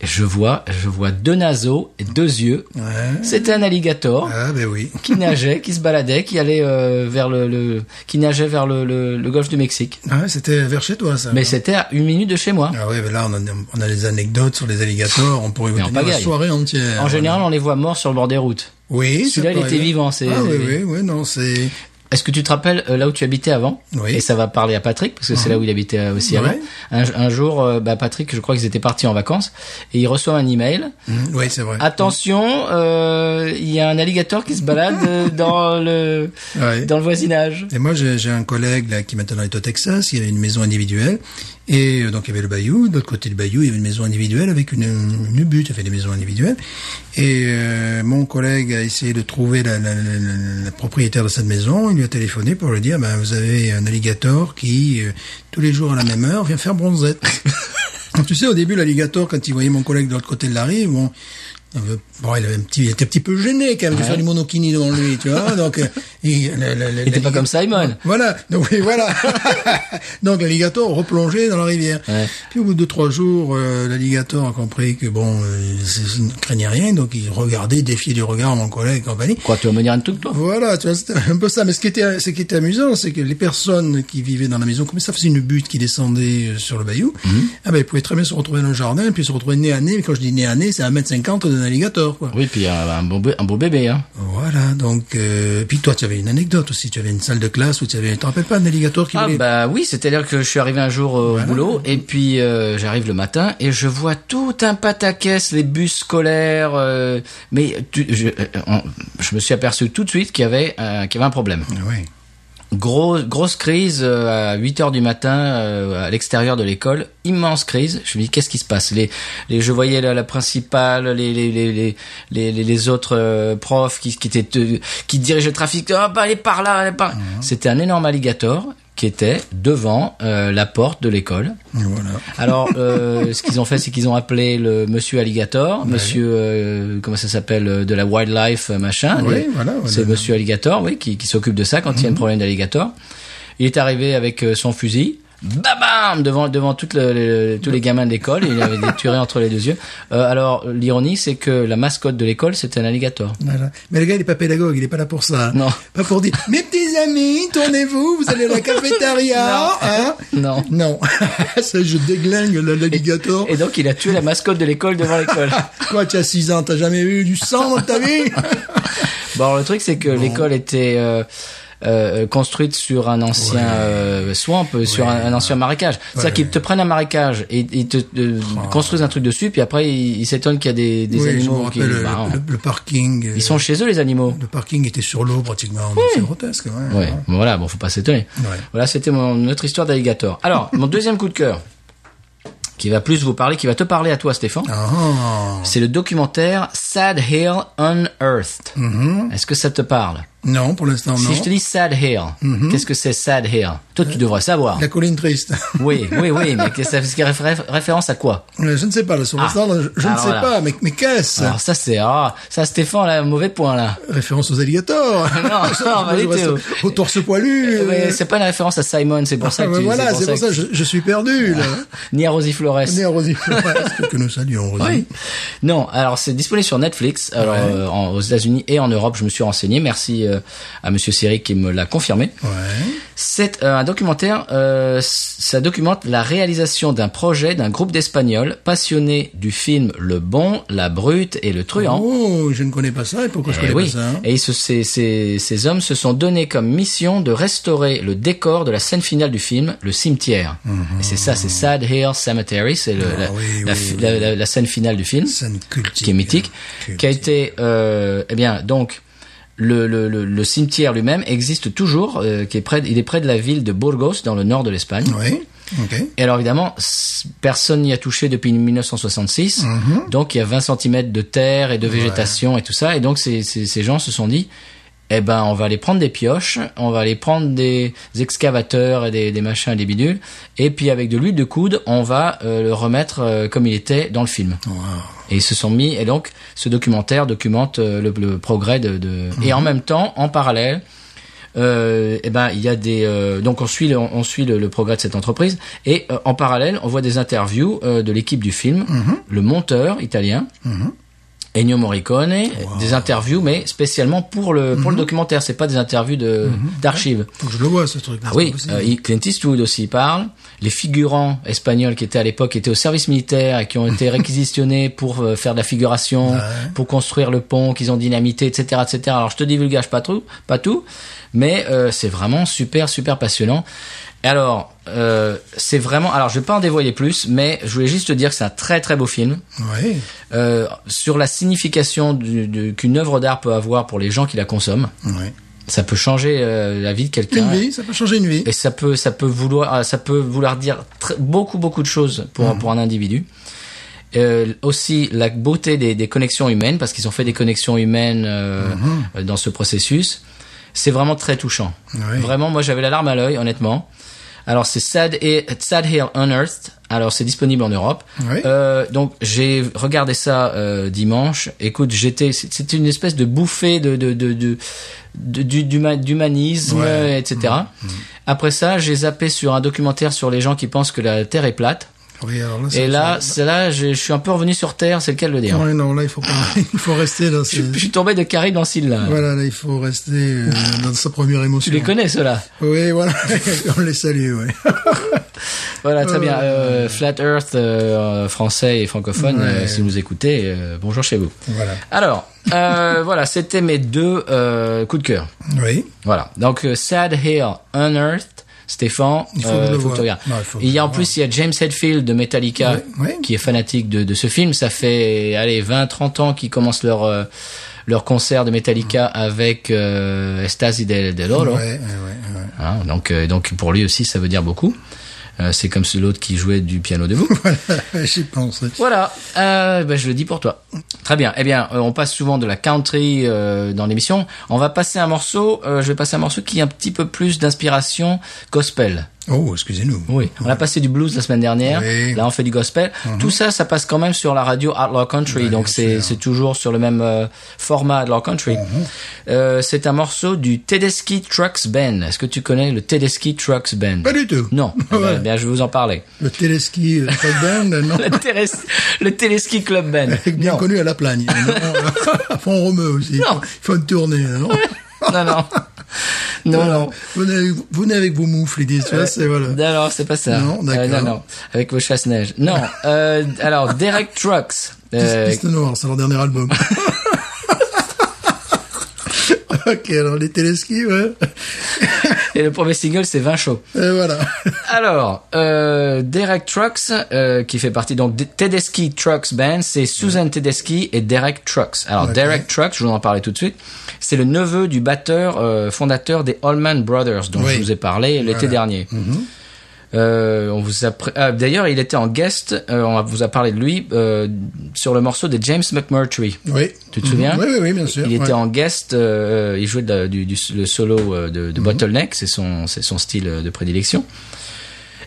[SPEAKER 1] Et je vois, je vois deux naseaux et deux yeux.
[SPEAKER 2] Ouais.
[SPEAKER 1] C'était un alligator
[SPEAKER 2] Ah ben oui.
[SPEAKER 1] qui nageait, qui se baladait, qui allait euh, vers le, le- qui nageait vers le- le- le golfe du Mexique.
[SPEAKER 2] Ah, ouais, c'était vers chez toi ça.
[SPEAKER 1] Mais c'était à une minute de chez moi.
[SPEAKER 2] Ah ouais, mais là on a, on a des anecdotes sur les alligators, on pourrait vous
[SPEAKER 1] Mais en
[SPEAKER 2] tenir la
[SPEAKER 1] pagaille.
[SPEAKER 2] soirée entière.
[SPEAKER 1] En général, on les voit morts sur le bord des routes.
[SPEAKER 2] oui, ça
[SPEAKER 1] celui-là, il
[SPEAKER 2] peut
[SPEAKER 1] était
[SPEAKER 2] arriver.
[SPEAKER 1] vivant, c'est-
[SPEAKER 2] Ah oui,
[SPEAKER 1] c'est-
[SPEAKER 2] oui, oui, non, c'est...
[SPEAKER 1] Est-ce que tu te rappelles euh, là où tu habitais avant
[SPEAKER 2] Oui.
[SPEAKER 1] Et ça va parler à Patrick parce que c'est là où il habitait euh, aussi
[SPEAKER 2] Ouais.
[SPEAKER 1] avant. Un, un jour, euh, bah, Patrick, je crois qu'ils étaient partis en vacances et il reçoit un email.
[SPEAKER 2] Mhm, Oui, c'est vrai.
[SPEAKER 1] Ah, Attention, euh, il y a un alligator qui se balade euh, dans le
[SPEAKER 2] Ouais.
[SPEAKER 1] dans le voisinage.
[SPEAKER 2] Et moi, j'ai j'ai un collègue là qui maintenant est au Texas. Il avait une maison individuelle, et euh, donc il y avait le bayou. De l'autre côté du bayou, il y avait une maison individuelle avec une, une butte. Il y avait des maisons individuelles. Et euh, mon collègue a essayé de trouver la, la- la- la- la propriétaire de cette maison. Il lui a téléphoné pour lui dire ben, vous avez un alligator qui euh, tous les jours à la même heure vient faire bronzette. Donc, tu sais, au début, l'alligator, quand il voyait mon collègue de l'autre côté de la rive, bon, il avait- bon, il, avait un petit, il était un petit peu gêné quand même de faire du monokini devant lui, tu vois. Donc, euh, il,
[SPEAKER 1] Il
[SPEAKER 2] le- le- le-
[SPEAKER 1] était pas
[SPEAKER 2] l'alligator-
[SPEAKER 1] comme Simon.
[SPEAKER 2] Voilà. Donc, oui, voilà. Donc, l'alligator replongeait dans la rivière.
[SPEAKER 1] Ouais.
[SPEAKER 2] Puis, au bout de deux, trois jours, euh, l'alligator a compris que, bon, euh, c'est- il ne craignait rien. Donc, il regardait, défiait du regard mon collègue et compagnie.
[SPEAKER 1] Quoi, tu vas me dire un truc toi
[SPEAKER 2] Voilà, tu vois, c'était un peu ça. Mais ce qui était, ce qui était amusant, c'est que les personnes qui vivaient dans la maison, comme ça faisait une butte qui descendait euh, sur le bayou,
[SPEAKER 1] Mhm.
[SPEAKER 2] ah ben, ils pouvaient très bien se retrouver dans le jardin, puis se retrouver nez à nez. Mais quand je dis nez à nez, c'est à 1m50 d'un alligator, quoi.
[SPEAKER 1] Oui, puis euh, un, un beau, bé- un beau bébé. Hein.
[SPEAKER 2] Voilà, donc, euh, puis toi, tu avais une anecdote aussi. Tu avais une salle de classe où tu avais, tu te rappelles pas, un alligator qui
[SPEAKER 1] Ah
[SPEAKER 2] voulait...
[SPEAKER 1] bah oui, c'est-à-dire que je suis arrivé un jour euh, au boulot et puis euh, j'arrive le matin et je vois tout un pataquès, les bus scolaires, euh, mais tu- je, euh, on- je me suis aperçu tout de suite qu'il y avait un, qu'il y avait un problème.
[SPEAKER 2] Ah ouais.
[SPEAKER 1] Grosse grosse crise euh, à 8 heures du matin euh, à l'extérieur de l'école, immense crise. Je me dis qu'est-ce qui se passe Les les je voyais la, la principale, les les les les les, les- les autres euh, profs qui qui étaient euh, qui dirigeaient le trafic. Ah bah allez par là, allez par. là. C'était un énorme alligator qui était devant euh, la porte de l'école.
[SPEAKER 2] Voilà.
[SPEAKER 1] Alors, euh, ce qu'ils ont fait, c'est qu'ils ont appelé le monsieur alligator, monsieur, euh, comment ça s'appelle, euh, de la wildlife, euh, machin.
[SPEAKER 2] Oui,
[SPEAKER 1] Le-
[SPEAKER 2] voilà, voilà.
[SPEAKER 1] C'est
[SPEAKER 2] Mhm.
[SPEAKER 1] monsieur alligator, oui, qui, qui s'occupe de ça quand il y a un problème d'alligator. Il est arrivé avec euh, son fusil. babam devant devant toute le, le- tous les gamins de l'école. Il avait des turées entre les deux yeux. Euh, alors l'ironie, c'est que la mascotte de l'école, c'était un alligator.
[SPEAKER 2] Voilà. Mais le gars, il est pas pédagogue, il est pas là pour ça.
[SPEAKER 1] Non.
[SPEAKER 2] Pas pour dire, mes petits amis, tournez-vous, vous allez à la cafétéria,
[SPEAKER 1] Non.
[SPEAKER 2] hein
[SPEAKER 1] Non.
[SPEAKER 2] Non. ça, je déglingue le- l'alligator.
[SPEAKER 1] Et donc il a tué la mascotte de l'école devant l'école.
[SPEAKER 2] Quoi, tu as 6 ans, t'as jamais eu du sang dans ta vie
[SPEAKER 1] Bon, Bah, alors, le truc, c'est que l'école était euh, euh, construite sur un ancien euh, swamp, euh, sur un, un ancien marécage. C'est-à-dire qu'ils te prennent un marécage et ils te te construisent un truc dessus, puis après, ils ils s'étonnent qu'il y a des, des
[SPEAKER 2] Oh. Oui, je me
[SPEAKER 1] animaux qui...
[SPEAKER 2] rappelle le,
[SPEAKER 1] bah, on-
[SPEAKER 2] le- le parking. euh,
[SPEAKER 1] ils sont chez eux, les animaux.
[SPEAKER 2] Le parking était sur l'eau pratiquement. C'est grotesque. Ouais.
[SPEAKER 1] Ouais, bon, voilà, bon, faut pas s'étonner.
[SPEAKER 2] Ouais.
[SPEAKER 1] Voilà, c'était mon notre histoire d'alligator. Alors, mon deuxième coup de cœur, qui va plus vous parler, qui va te parler à toi, Stéphane,
[SPEAKER 2] Ah,
[SPEAKER 1] c'est le documentaire Sad Hill Unearthed.
[SPEAKER 2] Mm-hmm.
[SPEAKER 1] Est-ce que ça te parle
[SPEAKER 2] non, pour l'instant, non. Mhm. Euh,
[SPEAKER 1] Si je te dis Sad Hill, qu'est-ce que c'est Sad Hill Toi, tu devrais savoir.
[SPEAKER 2] La colline triste.
[SPEAKER 1] Oui, oui, oui, mais que- ça fait réfé- référence à quoi
[SPEAKER 2] Euh, je ne sais pas, là, sur
[SPEAKER 1] Ah.
[SPEAKER 2] l'instant, là, je, je ne
[SPEAKER 1] Alors
[SPEAKER 2] sais
[SPEAKER 1] là.
[SPEAKER 2] pas, mais, mais qu'est-ce
[SPEAKER 1] Alors ça, c'est... Ah, ça, Stéphane, là, mauvais point, là.
[SPEAKER 2] Référence aux alligators.
[SPEAKER 1] Non, non, bah,
[SPEAKER 2] Je vois
[SPEAKER 1] allez,
[SPEAKER 2] ça-
[SPEAKER 1] Théo.
[SPEAKER 2] Au torse poilu.
[SPEAKER 1] Mais
[SPEAKER 2] euh,
[SPEAKER 1] Eh ben, c'est pas une référence à Simon, c'est pour ça
[SPEAKER 2] ah,
[SPEAKER 1] que
[SPEAKER 2] mais
[SPEAKER 1] tu... Ah.
[SPEAKER 2] voilà, c'est pour ça,
[SPEAKER 1] que-
[SPEAKER 2] je, je suis perdu, là.
[SPEAKER 1] Ni à Rosie Flores.
[SPEAKER 2] On est à Rosy que, que nous saluons, Rosy.
[SPEAKER 1] Oui. Non, alors c'est disponible sur Netflix, alors euh, en- aux États-Unis et en Europe. Je me suis renseigné. Merci euh, à Monsieur Seri qui me l'a confirmé.
[SPEAKER 2] Ouais.
[SPEAKER 1] C'est euh, un documentaire. euh, ça documente la réalisation d'un projet d'un groupe d'Espagnols passionnés du film Le Bon, la Brute et le Truand.
[SPEAKER 2] Oh, je ne connais pas ça, et pourquoi je
[SPEAKER 1] Eh
[SPEAKER 2] connais
[SPEAKER 1] oui.
[SPEAKER 2] pas ça hein
[SPEAKER 1] Et ils se- ces, ces- ces hommes se sont donnés comme mission de restaurer le décor de la scène finale du film, le cimetière. Et c'est ça, c'est Sad Hill Cemetery, c'est le-
[SPEAKER 2] Mhm. Ah
[SPEAKER 1] la,
[SPEAKER 2] oui,
[SPEAKER 1] la
[SPEAKER 2] oui,
[SPEAKER 1] fi-
[SPEAKER 2] oui.
[SPEAKER 1] la- la- la scène finale du film
[SPEAKER 2] Scène cultique.
[SPEAKER 1] qui est mythique, qui a été, euh, eh bien, donc le, le, le, le cimetière lui-même existe toujours, euh, qui est près, il est près de la ville de Burgos dans le nord de l'Espagne.
[SPEAKER 2] Oui, ok.
[SPEAKER 1] Et alors évidemment, s- personne n'y a touché depuis 1966, donc il y a 20 cm de terre et de végétation et tout ça, et donc ces, ces, ces gens se sont dit. Eh ben, on va aller prendre des pioches, on va aller prendre des excavateurs et des, des machins et des bidules, et puis avec de l'huile de coude, on va euh, le remettre euh, comme il était dans le film. Et ils se sont mis, et donc ce documentaire documente euh, le, le progrès de, de- et en même temps, en parallèle, euh, et ben il y a des, euh, donc on suit le, on suit le, le progrès de cette entreprise et euh, en parallèle, on voit des interviews euh, de l'équipe du film, le monteur italien. Ennio Morricone, des interviews, mais spécialement pour le pour le documentaire. C'est pas des interviews de d'archives.
[SPEAKER 2] Faut que je le vois, ce truc.
[SPEAKER 1] Ah oui, euh, il- Clint Eastwood aussi il parle. Les figurants espagnols qui étaient à l'époque étaient au service militaire et qui ont été réquisitionnés pour euh, faire de la figuration, pour construire le pont qu'ils ont dynamité, etc., etc. Alors je te divulgage pas tout, pas tout, mais euh, c'est vraiment super, super passionnant. Et Alors euh, c'est vraiment, alors je vais pas en dévoiler plus, mais je voulais juste te dire que c'est un très, très beau film.
[SPEAKER 2] Oui.
[SPEAKER 1] Euh, sur la signification du- du- qu'une œuvre d'art peut avoir pour les gens qui la consomment,
[SPEAKER 2] Oui.
[SPEAKER 1] ça peut changer euh, la vie de quelqu'un.
[SPEAKER 2] Une vie, ça peut changer une vie.
[SPEAKER 1] Et ça peut, ça peut vouloir, ah, ça peut vouloir dire très- beaucoup, beaucoup de choses pour, pour un individu. Euh, aussi la beauté des, des connexions humaines, parce qu'ils ont fait des connexions humaines euh, euh, dans ce processus. C'est vraiment très touchant.
[SPEAKER 2] Oui.
[SPEAKER 1] Vraiment, moi j'avais la larme à l'œil, honnêtement. Alors c'est Sad, et, Sad Hill Unearthed. Alors c'est disponible en Europe.
[SPEAKER 2] Oui.
[SPEAKER 1] Euh, donc j'ai regardé ça euh, dimanche. Écoute, j'étais, c'est- c'était une espèce de bouffée de de de de- de- du- d'huma- d'humanisme,
[SPEAKER 2] Ouais. Mm.
[SPEAKER 1] etc. Après ça, j'ai zappé sur un documentaire sur les gens qui pensent que la Terre est plate.
[SPEAKER 2] Oui, alors là, ça-
[SPEAKER 1] Et là,
[SPEAKER 2] ça-
[SPEAKER 1] c'est là, je, je suis un peu revenu sur Terre, c'est le cas de le dire.
[SPEAKER 2] Ouais, non, là, il faut, pas- il faut rester dans
[SPEAKER 1] Je,
[SPEAKER 2] ce-
[SPEAKER 1] je suis tombé de carré dans le là.
[SPEAKER 2] Voilà, là, il faut rester euh, dans sa première émotion.
[SPEAKER 1] Tu les connais ceux-là
[SPEAKER 2] Oui, voilà. On les salue, oui.
[SPEAKER 1] Voilà, très bien. Euh, Flat Earth euh, français et francophone, euh, si vous écoutez, euh, bonjour chez vous.
[SPEAKER 2] Voilà.
[SPEAKER 1] Alors, euh, voilà, c'était mes deux euh, coups de cœur.
[SPEAKER 2] Oui.
[SPEAKER 1] Voilà. Donc, euh, Sad Hill Unearthed, Stéphane,
[SPEAKER 2] Il faut
[SPEAKER 1] euh,
[SPEAKER 2] que le
[SPEAKER 1] faut que tu
[SPEAKER 2] voir.
[SPEAKER 1] regardes.
[SPEAKER 2] Non, il faut que
[SPEAKER 1] Et il y a
[SPEAKER 2] je
[SPEAKER 1] en
[SPEAKER 2] le
[SPEAKER 1] plus, il y a James Hetfield de Metallica
[SPEAKER 2] Ouais, ouais.
[SPEAKER 1] Ah. qui est fanatique de, de ce film. Ça fait, allez, 20, 30 ans qu'ils commencent leur, euh, leur concert de Metallica avec euh, Estasi del, del Oro.
[SPEAKER 2] Ouais, ouais, ouais, ouais.
[SPEAKER 1] Hein, donc, euh, donc, pour lui aussi, ça veut dire beaucoup. Euh, C'est comme celui l'autre qui jouait du piano debout.
[SPEAKER 2] Voilà, j'y pense.
[SPEAKER 1] Voilà, euh, ben, je le dis pour toi. Très bien. Eh bien, euh, on passe souvent de la country euh, dans l'émission. On va passer un morceau. euh, je vais passer un morceau qui a un petit peu plus d'inspiration gospel.
[SPEAKER 2] Oh, excusez-nous.
[SPEAKER 1] Oui, on a passé du blues la semaine dernière.
[SPEAKER 2] Oui.
[SPEAKER 1] Là, on fait du gospel.
[SPEAKER 2] Mhm.
[SPEAKER 1] Tout ça, ça passe quand même sur la radio Outlaw Country.
[SPEAKER 2] Ouais,
[SPEAKER 1] donc
[SPEAKER 2] bien
[SPEAKER 1] c'est
[SPEAKER 2] sûr. Mhm.
[SPEAKER 1] c'est toujours sur le même euh, format Outlaw Country. Euh, c'est un morceau du Tedeschi Trucks Band. Est-ce que tu connais le Tedeschi Trucks Band
[SPEAKER 2] Pas du tout.
[SPEAKER 1] Non. Eh ben,
[SPEAKER 2] Voilà.
[SPEAKER 1] bien, je vais vous en parler.
[SPEAKER 2] Le téléski euh, Fred Bern, non.
[SPEAKER 1] Le, Teres- le Tedeschi Club Ben. Band.
[SPEAKER 2] Bien
[SPEAKER 1] Non.
[SPEAKER 2] connu à la plagne. Non, à fond romeu aussi.
[SPEAKER 1] Non.
[SPEAKER 2] Il faut une tournée. Non,
[SPEAKER 1] non, non. Non, non. Euh,
[SPEAKER 2] Venez avec, venez avec vos moufles, ils disent. tu vois, c'est voilà.
[SPEAKER 1] Non, non, c'est pas ça. Euh,
[SPEAKER 2] Non, d'accord.
[SPEAKER 1] non, non. Avec vos chasse-neige. Non. euh, alors, Derek Trucks. euh,
[SPEAKER 2] Piste Noire, c'est leur dernier album. ok, alors les téléskis, ouais.
[SPEAKER 1] et le premier single, c'est Vin chaud.
[SPEAKER 2] Et voilà.
[SPEAKER 1] Alors, euh, Derek Trucks, euh, qui fait partie donc de Tedeschi Trucks Band, c'est Susan Tedeschi et Derek Trucks. Alors,
[SPEAKER 2] Ok.
[SPEAKER 1] Derek Trucks, je vous en parlais tout de suite, c'est le neveu du batteur euh, fondateur des Allman Brothers, dont
[SPEAKER 2] Oui.
[SPEAKER 1] je vous ai parlé l'été
[SPEAKER 2] Voilà. Mhm.
[SPEAKER 1] dernier. Euh, on vous a pré- ah, D'ailleurs, il était en guest, euh, on vous a parlé de lui, euh, sur le morceau de James McMurtry.
[SPEAKER 2] Oui.
[SPEAKER 1] Tu te souviens
[SPEAKER 2] Oui, oui, oui, bien sûr.
[SPEAKER 1] Il était
[SPEAKER 2] ouais.
[SPEAKER 1] en guest, euh, il jouait de la- du, du- le solo euh, de,
[SPEAKER 2] Mhm.
[SPEAKER 1] de bottleneck, c'est son, c'est son style euh, de prédilection.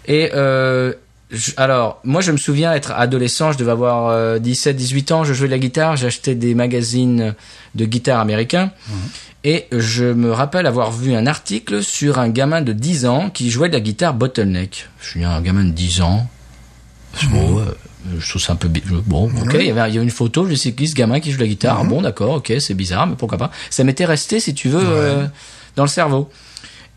[SPEAKER 1] Et euh, je- alors, moi je me souviens être adolescent, je devais avoir 17-18 ans, je jouais de la guitare, j'achetais des magazines de guitare américains.
[SPEAKER 2] Mhm.
[SPEAKER 1] Et je me rappelle avoir vu un article sur un gamin de 10 ans qui jouait de la guitare bottleneck. Je suis un gamin de 10 ans.
[SPEAKER 2] Mhm.
[SPEAKER 1] Bon, euh, je trouve ça un peu bi- je- bon. Ok, il y avait il y a une photo, je sais qui ce gamin qui joue de la guitare.
[SPEAKER 2] Mhm.
[SPEAKER 1] Ah Bon, d'accord, ok, c'est bizarre, mais pourquoi pas. Ça m'était resté, si tu veux, euh, dans le cerveau.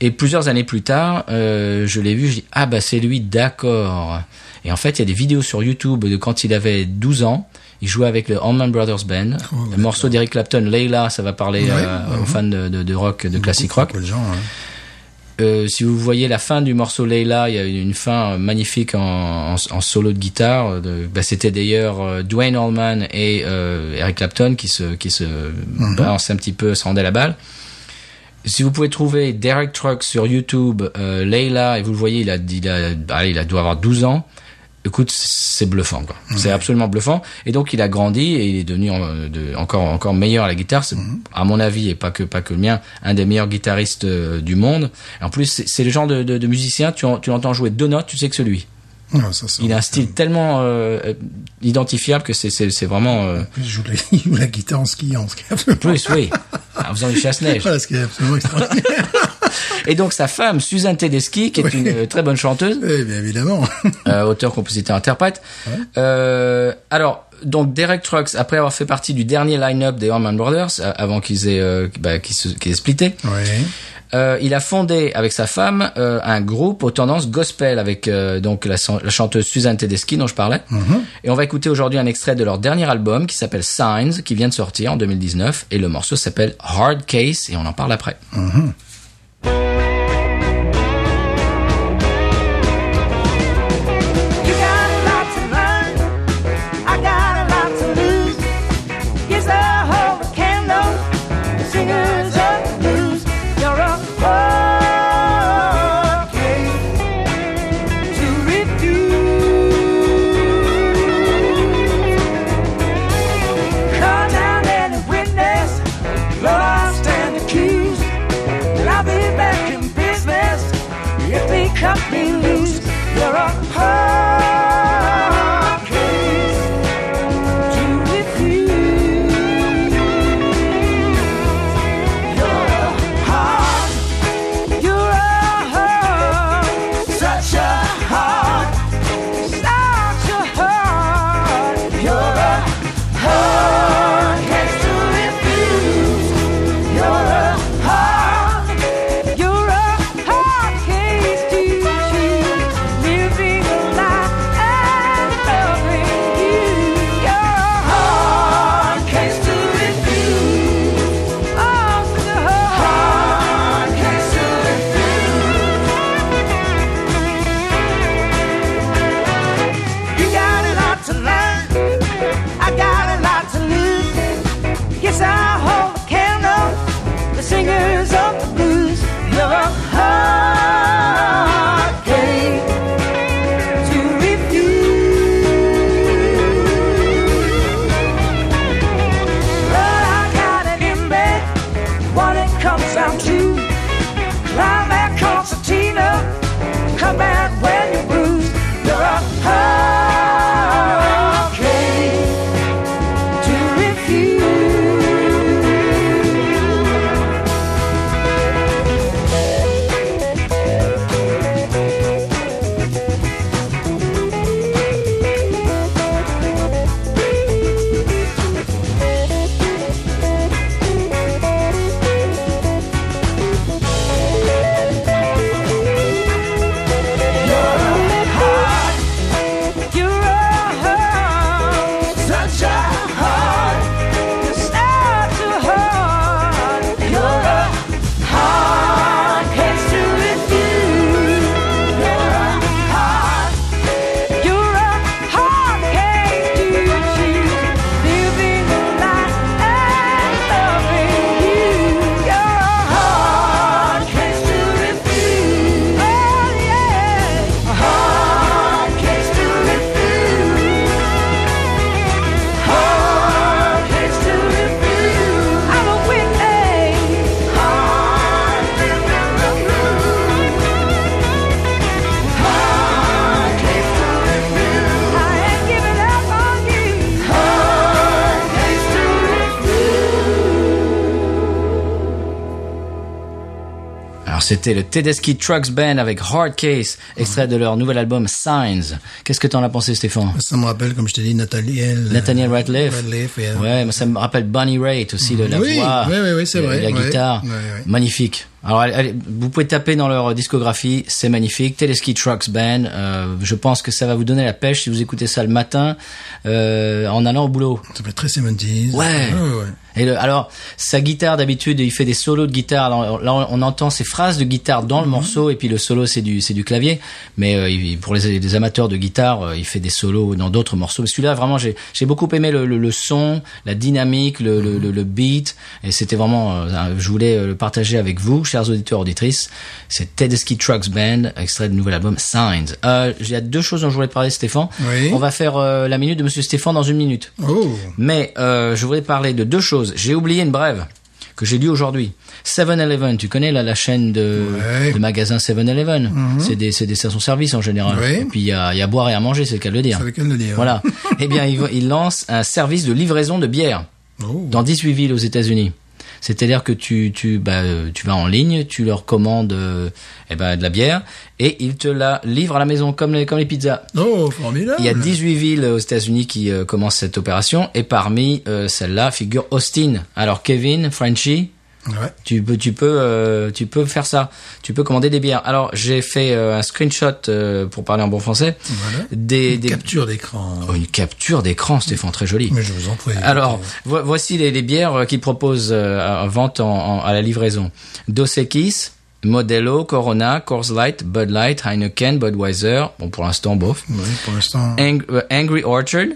[SPEAKER 1] Et plusieurs années plus tard, euh, je l'ai vu, je dis ah bah c'est lui, d'accord. Et en fait, il y a des vidéos sur YouTube de quand il avait 12 ans. Il jouait avec le Allman Brothers Band.
[SPEAKER 2] Oh,
[SPEAKER 1] le
[SPEAKER 2] d'accord.
[SPEAKER 1] morceau d'Eric Clapton, Layla, ça va parler
[SPEAKER 2] Ouais,
[SPEAKER 1] euh, aux fans de, de- de rock, de classique rock.
[SPEAKER 2] Beaucoup de gens, hein.
[SPEAKER 1] Euh, si vous voyez la fin du morceau Leila, il y a une fin euh, magnifique en, en, en solo de guitare. euh, de- bah, C'était d'ailleurs euh, Dwayne Allman et euh, Eric Clapton qui se, qui se balançaient un petit peu, se rendaient la balle. Si vous pouvez trouver Derek Truck sur YouTube, euh, Leila, et vous le voyez, il a, il a, allez, il a doit avoir 12 ans. Écoute, c'est bluffant, quoi. C'est absolument bluffant. Et donc, il a grandi et il est devenu euh, de- encore encore meilleur à la guitare. C'est, à mon avis, et pas que pas que le mien, un des meilleurs guitaristes euh, du monde. En plus, c'est, c'est le genre de, de, de musicien. Tu, en- tu l'entends jouer deux notes, tu sais que c'est lui.
[SPEAKER 2] Non, ça, ça-
[SPEAKER 1] Il a un style tellement euh, euh, identifiable que c'est c'est, c'est vraiment euh,
[SPEAKER 2] En plus, Il joue, la, il joue la guitare en skiant, ce qui est absolument,
[SPEAKER 1] plus oui. En faisant du chasse-neige.
[SPEAKER 2] voilà, ce qui est absolument extraordinaire.
[SPEAKER 1] Et donc sa femme, Suzanne Tedeschi, qui est
[SPEAKER 2] Oui.
[SPEAKER 1] une euh, très bonne chanteuse,
[SPEAKER 2] Eh bien, évidemment.
[SPEAKER 1] euh, auteur, compositeur, interprète. Euh, alors, donc Derek Trucks, après avoir fait partie du dernier line-up des Allman Brothers, euh, avant qu'ils aient, euh, bah, qu'ils se- qu'ils aient splitté,
[SPEAKER 2] Oui.
[SPEAKER 1] euh, il a fondé avec sa femme euh, un groupe aux tendances gospel avec euh, donc la, san- la chanteuse Suzanne Tedeschi dont je parlais. Et on va écouter aujourd'hui un extrait de leur dernier album qui s'appelle Signs, qui vient de sortir en 2019, et le morceau s'appelle Hard Case, et on en parle après.
[SPEAKER 4] You got a lot to learn. I got a lot to lose. Here's a volcano. Singers of the blues. You're a hard case to refuse. Call down any witness, lost and accused. But I'll be back in business if they cut me loose. You're a hard case to refuse. You're a hard, you're a hard, such a hard, such a hard. You're a hard case to refuse. You're a hard. You're a hard case to choose. Living a lie and loving you. You're a hard case to refuse. Oh, such a hard case to refuse. You got a lot to learn. I got a lot to lose. Yes, I hold a candle. The singers of the blues. You're a hard case to refuse. But I got it in bed when it comes down to climb that concertina. Come Oh,
[SPEAKER 1] c'était le Tedeschi Trucks Band avec Hard Case, extrait de leur nouvel album Signs. Qu'est-ce que t'en as pensé, Stéphane
[SPEAKER 2] Ça me rappelle, comme je te dis, Nathaniel.
[SPEAKER 1] Nathaniel Ratliff.
[SPEAKER 2] Ratliff, yeah.
[SPEAKER 1] Ouais, mais ça me rappelle Bonnie Raitt aussi, de la
[SPEAKER 2] Oui,
[SPEAKER 1] voix.
[SPEAKER 2] oui, oui, oui, c'est
[SPEAKER 1] et
[SPEAKER 2] vrai,
[SPEAKER 1] La
[SPEAKER 2] ouais,
[SPEAKER 1] guitare.
[SPEAKER 2] ouais, ouais.
[SPEAKER 1] Magnifique. Alors, allez, allez, vous pouvez taper dans leur discographie, c'est magnifique. Teleski Trucks Band. euh, je pense que ça va vous donner la pêche si vous écoutez ça le matin euh, en allant au boulot.
[SPEAKER 2] Ça s'appelle très 70s.
[SPEAKER 1] Ouais.
[SPEAKER 2] ouais, ouais.
[SPEAKER 1] Et le- alors, sa guitare d'habitude, il fait des solos de guitare. Alors, là, on- on entend ses phrases de guitare dans le morceau, et puis le solo, c'est du, c'est du clavier. Mais euh, il- pour les, les amateurs de guitare, euh, il fait des solos dans d'autres morceaux. Mais celui-là, vraiment, j'ai j'ai beaucoup aimé le, le- le son, la dynamique, le, le- le- le beat. Et c'était vraiment, euh, un- je voulais euh, le partager avec vous, chers auditeurs auditrices. C'est Tedeschi Trucks Band, extrait du nouvel album Signs. Euh, j'ai deux choses dont je voulais te parler, Stéphane.
[SPEAKER 2] Oui.
[SPEAKER 1] On va faire euh, la minute de Monsieur Stéphane dans une minute.
[SPEAKER 2] Oh.
[SPEAKER 1] Mais euh, je voulais parler de deux choses. J'ai oublié une brève que j'ai lue aujourd'hui. 7-Eleven, tu connais la, la chaîne de,
[SPEAKER 2] Ouais. Mhm.
[SPEAKER 1] de magasins 7-Eleven C'est des, c'est des stations-service en général.
[SPEAKER 2] Ouais.
[SPEAKER 1] Et puis il y a, il y a à boire et à manger, c'est le cas de le dire.
[SPEAKER 2] C'est le cas de le dire.
[SPEAKER 1] Voilà. eh bien, ils, vont- ils lancent un service de livraison de bière
[SPEAKER 2] Oh.
[SPEAKER 1] dans 18 villes aux États-Unis. C'est-à-dire que tu tu bah, euh, tu vas en ligne, tu leur commandes euh, eh ben de la bière et ils te la livrent à la maison comme les comme les pizzas.
[SPEAKER 2] Oh, formidable.
[SPEAKER 1] Il y a 18 villes aux États-Unis qui euh, commencent cette opération et parmi euh, celles-là figure Austin. Alors Kevin, Frenchie,
[SPEAKER 2] Ouais.
[SPEAKER 1] tu peux tu peux euh, tu peux faire ça. Tu peux commander des bières. Alors j'ai fait euh, un screenshot euh, pour parler en bon français
[SPEAKER 2] Voilà.
[SPEAKER 1] des, des
[SPEAKER 2] Capture d'écran.
[SPEAKER 1] Oh, une capture d'écran Stéphane très jolie.
[SPEAKER 2] Mais je vous en prie.
[SPEAKER 1] Alors, vo- voici les, les bières euh, qu'ils proposent euh, en vente en- en- à la livraison. Dos Equis, Modelo, Corona, Coors Light, Bud Light, Heineken, Budweiser. Bon, pour l'instant, bof.
[SPEAKER 2] Oui, pour l'instant.
[SPEAKER 1] Ang- euh, Angry Orchard.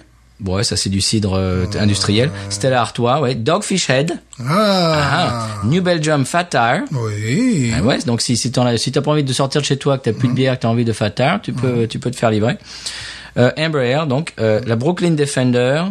[SPEAKER 1] Bon, ouais, ça c'est du cidre euh,
[SPEAKER 2] Oh.
[SPEAKER 1] t- industriel. Stella Artois, ouais. Dogfish Head. Ah,
[SPEAKER 2] Ah.
[SPEAKER 1] New Belgium Fat Tire.
[SPEAKER 2] Oui. Mm.
[SPEAKER 1] Ah ouais, donc si, si t'en as, si t'as pas envie de sortir de chez toi, que t'as plus de bière, que t'as envie de fatar, tu peux, tu peux te faire livrer. Euh, Amber Air, donc euh, la Brooklyn Defender,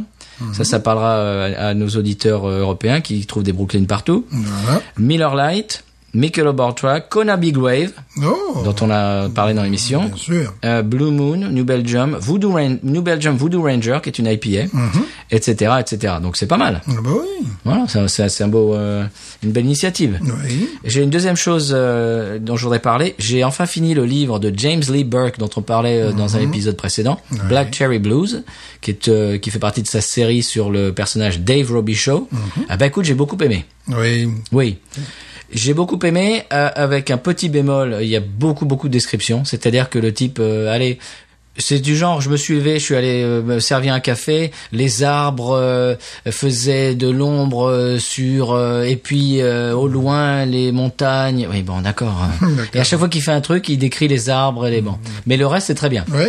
[SPEAKER 2] Mm-hmm.
[SPEAKER 1] ça, ça parlera euh, à nos auditeurs euh, européens qui trouvent des Brooklyn partout.
[SPEAKER 2] Voilà.
[SPEAKER 1] Miller Light, Michelob Ultra, Kona Big Wave,
[SPEAKER 2] Oh.
[SPEAKER 1] dont on a parlé dans l'émission.
[SPEAKER 2] Bien sûr.
[SPEAKER 1] euh, Blue Moon, New Belgium, Voodoo Ran- New Belgium Voodoo Ranger, qui est une IPA,
[SPEAKER 2] Mm.
[SPEAKER 1] etc., etc. Donc c'est pas mal.
[SPEAKER 2] Mhm. Ah Bah oui.
[SPEAKER 1] Voilà, ça- ça- c'est un beau, euh, une belle initiative.
[SPEAKER 2] Oui.
[SPEAKER 1] J'ai une deuxième chose euh, dont je voudrais parler. J'ai enfin fini le livre de James Lee Burke dont on parlait euh, dans un épisode précédent, Black Cherry Blues, qui est euh, qui fait partie de sa série sur le personnage Dave Robichaud. Ah ben écoute, j'ai beaucoup aimé.
[SPEAKER 2] Oui.
[SPEAKER 1] Oui. J'ai beaucoup aimé, euh, avec un petit bémol, il y a beaucoup, beaucoup de descriptions. C'est-à-dire que le type, euh, allez, c'est du genre, je me suis levé, je suis allé euh, me servir un café, les arbres euh, faisaient de l'ombre euh, sur, euh, et puis euh, au loin, les montagnes. Oui, bon, d'accord. hein. et à chaque fois qu'il fait un truc, il décrit les arbres et les bancs. Mais le reste, c'est très bien.
[SPEAKER 2] Oui.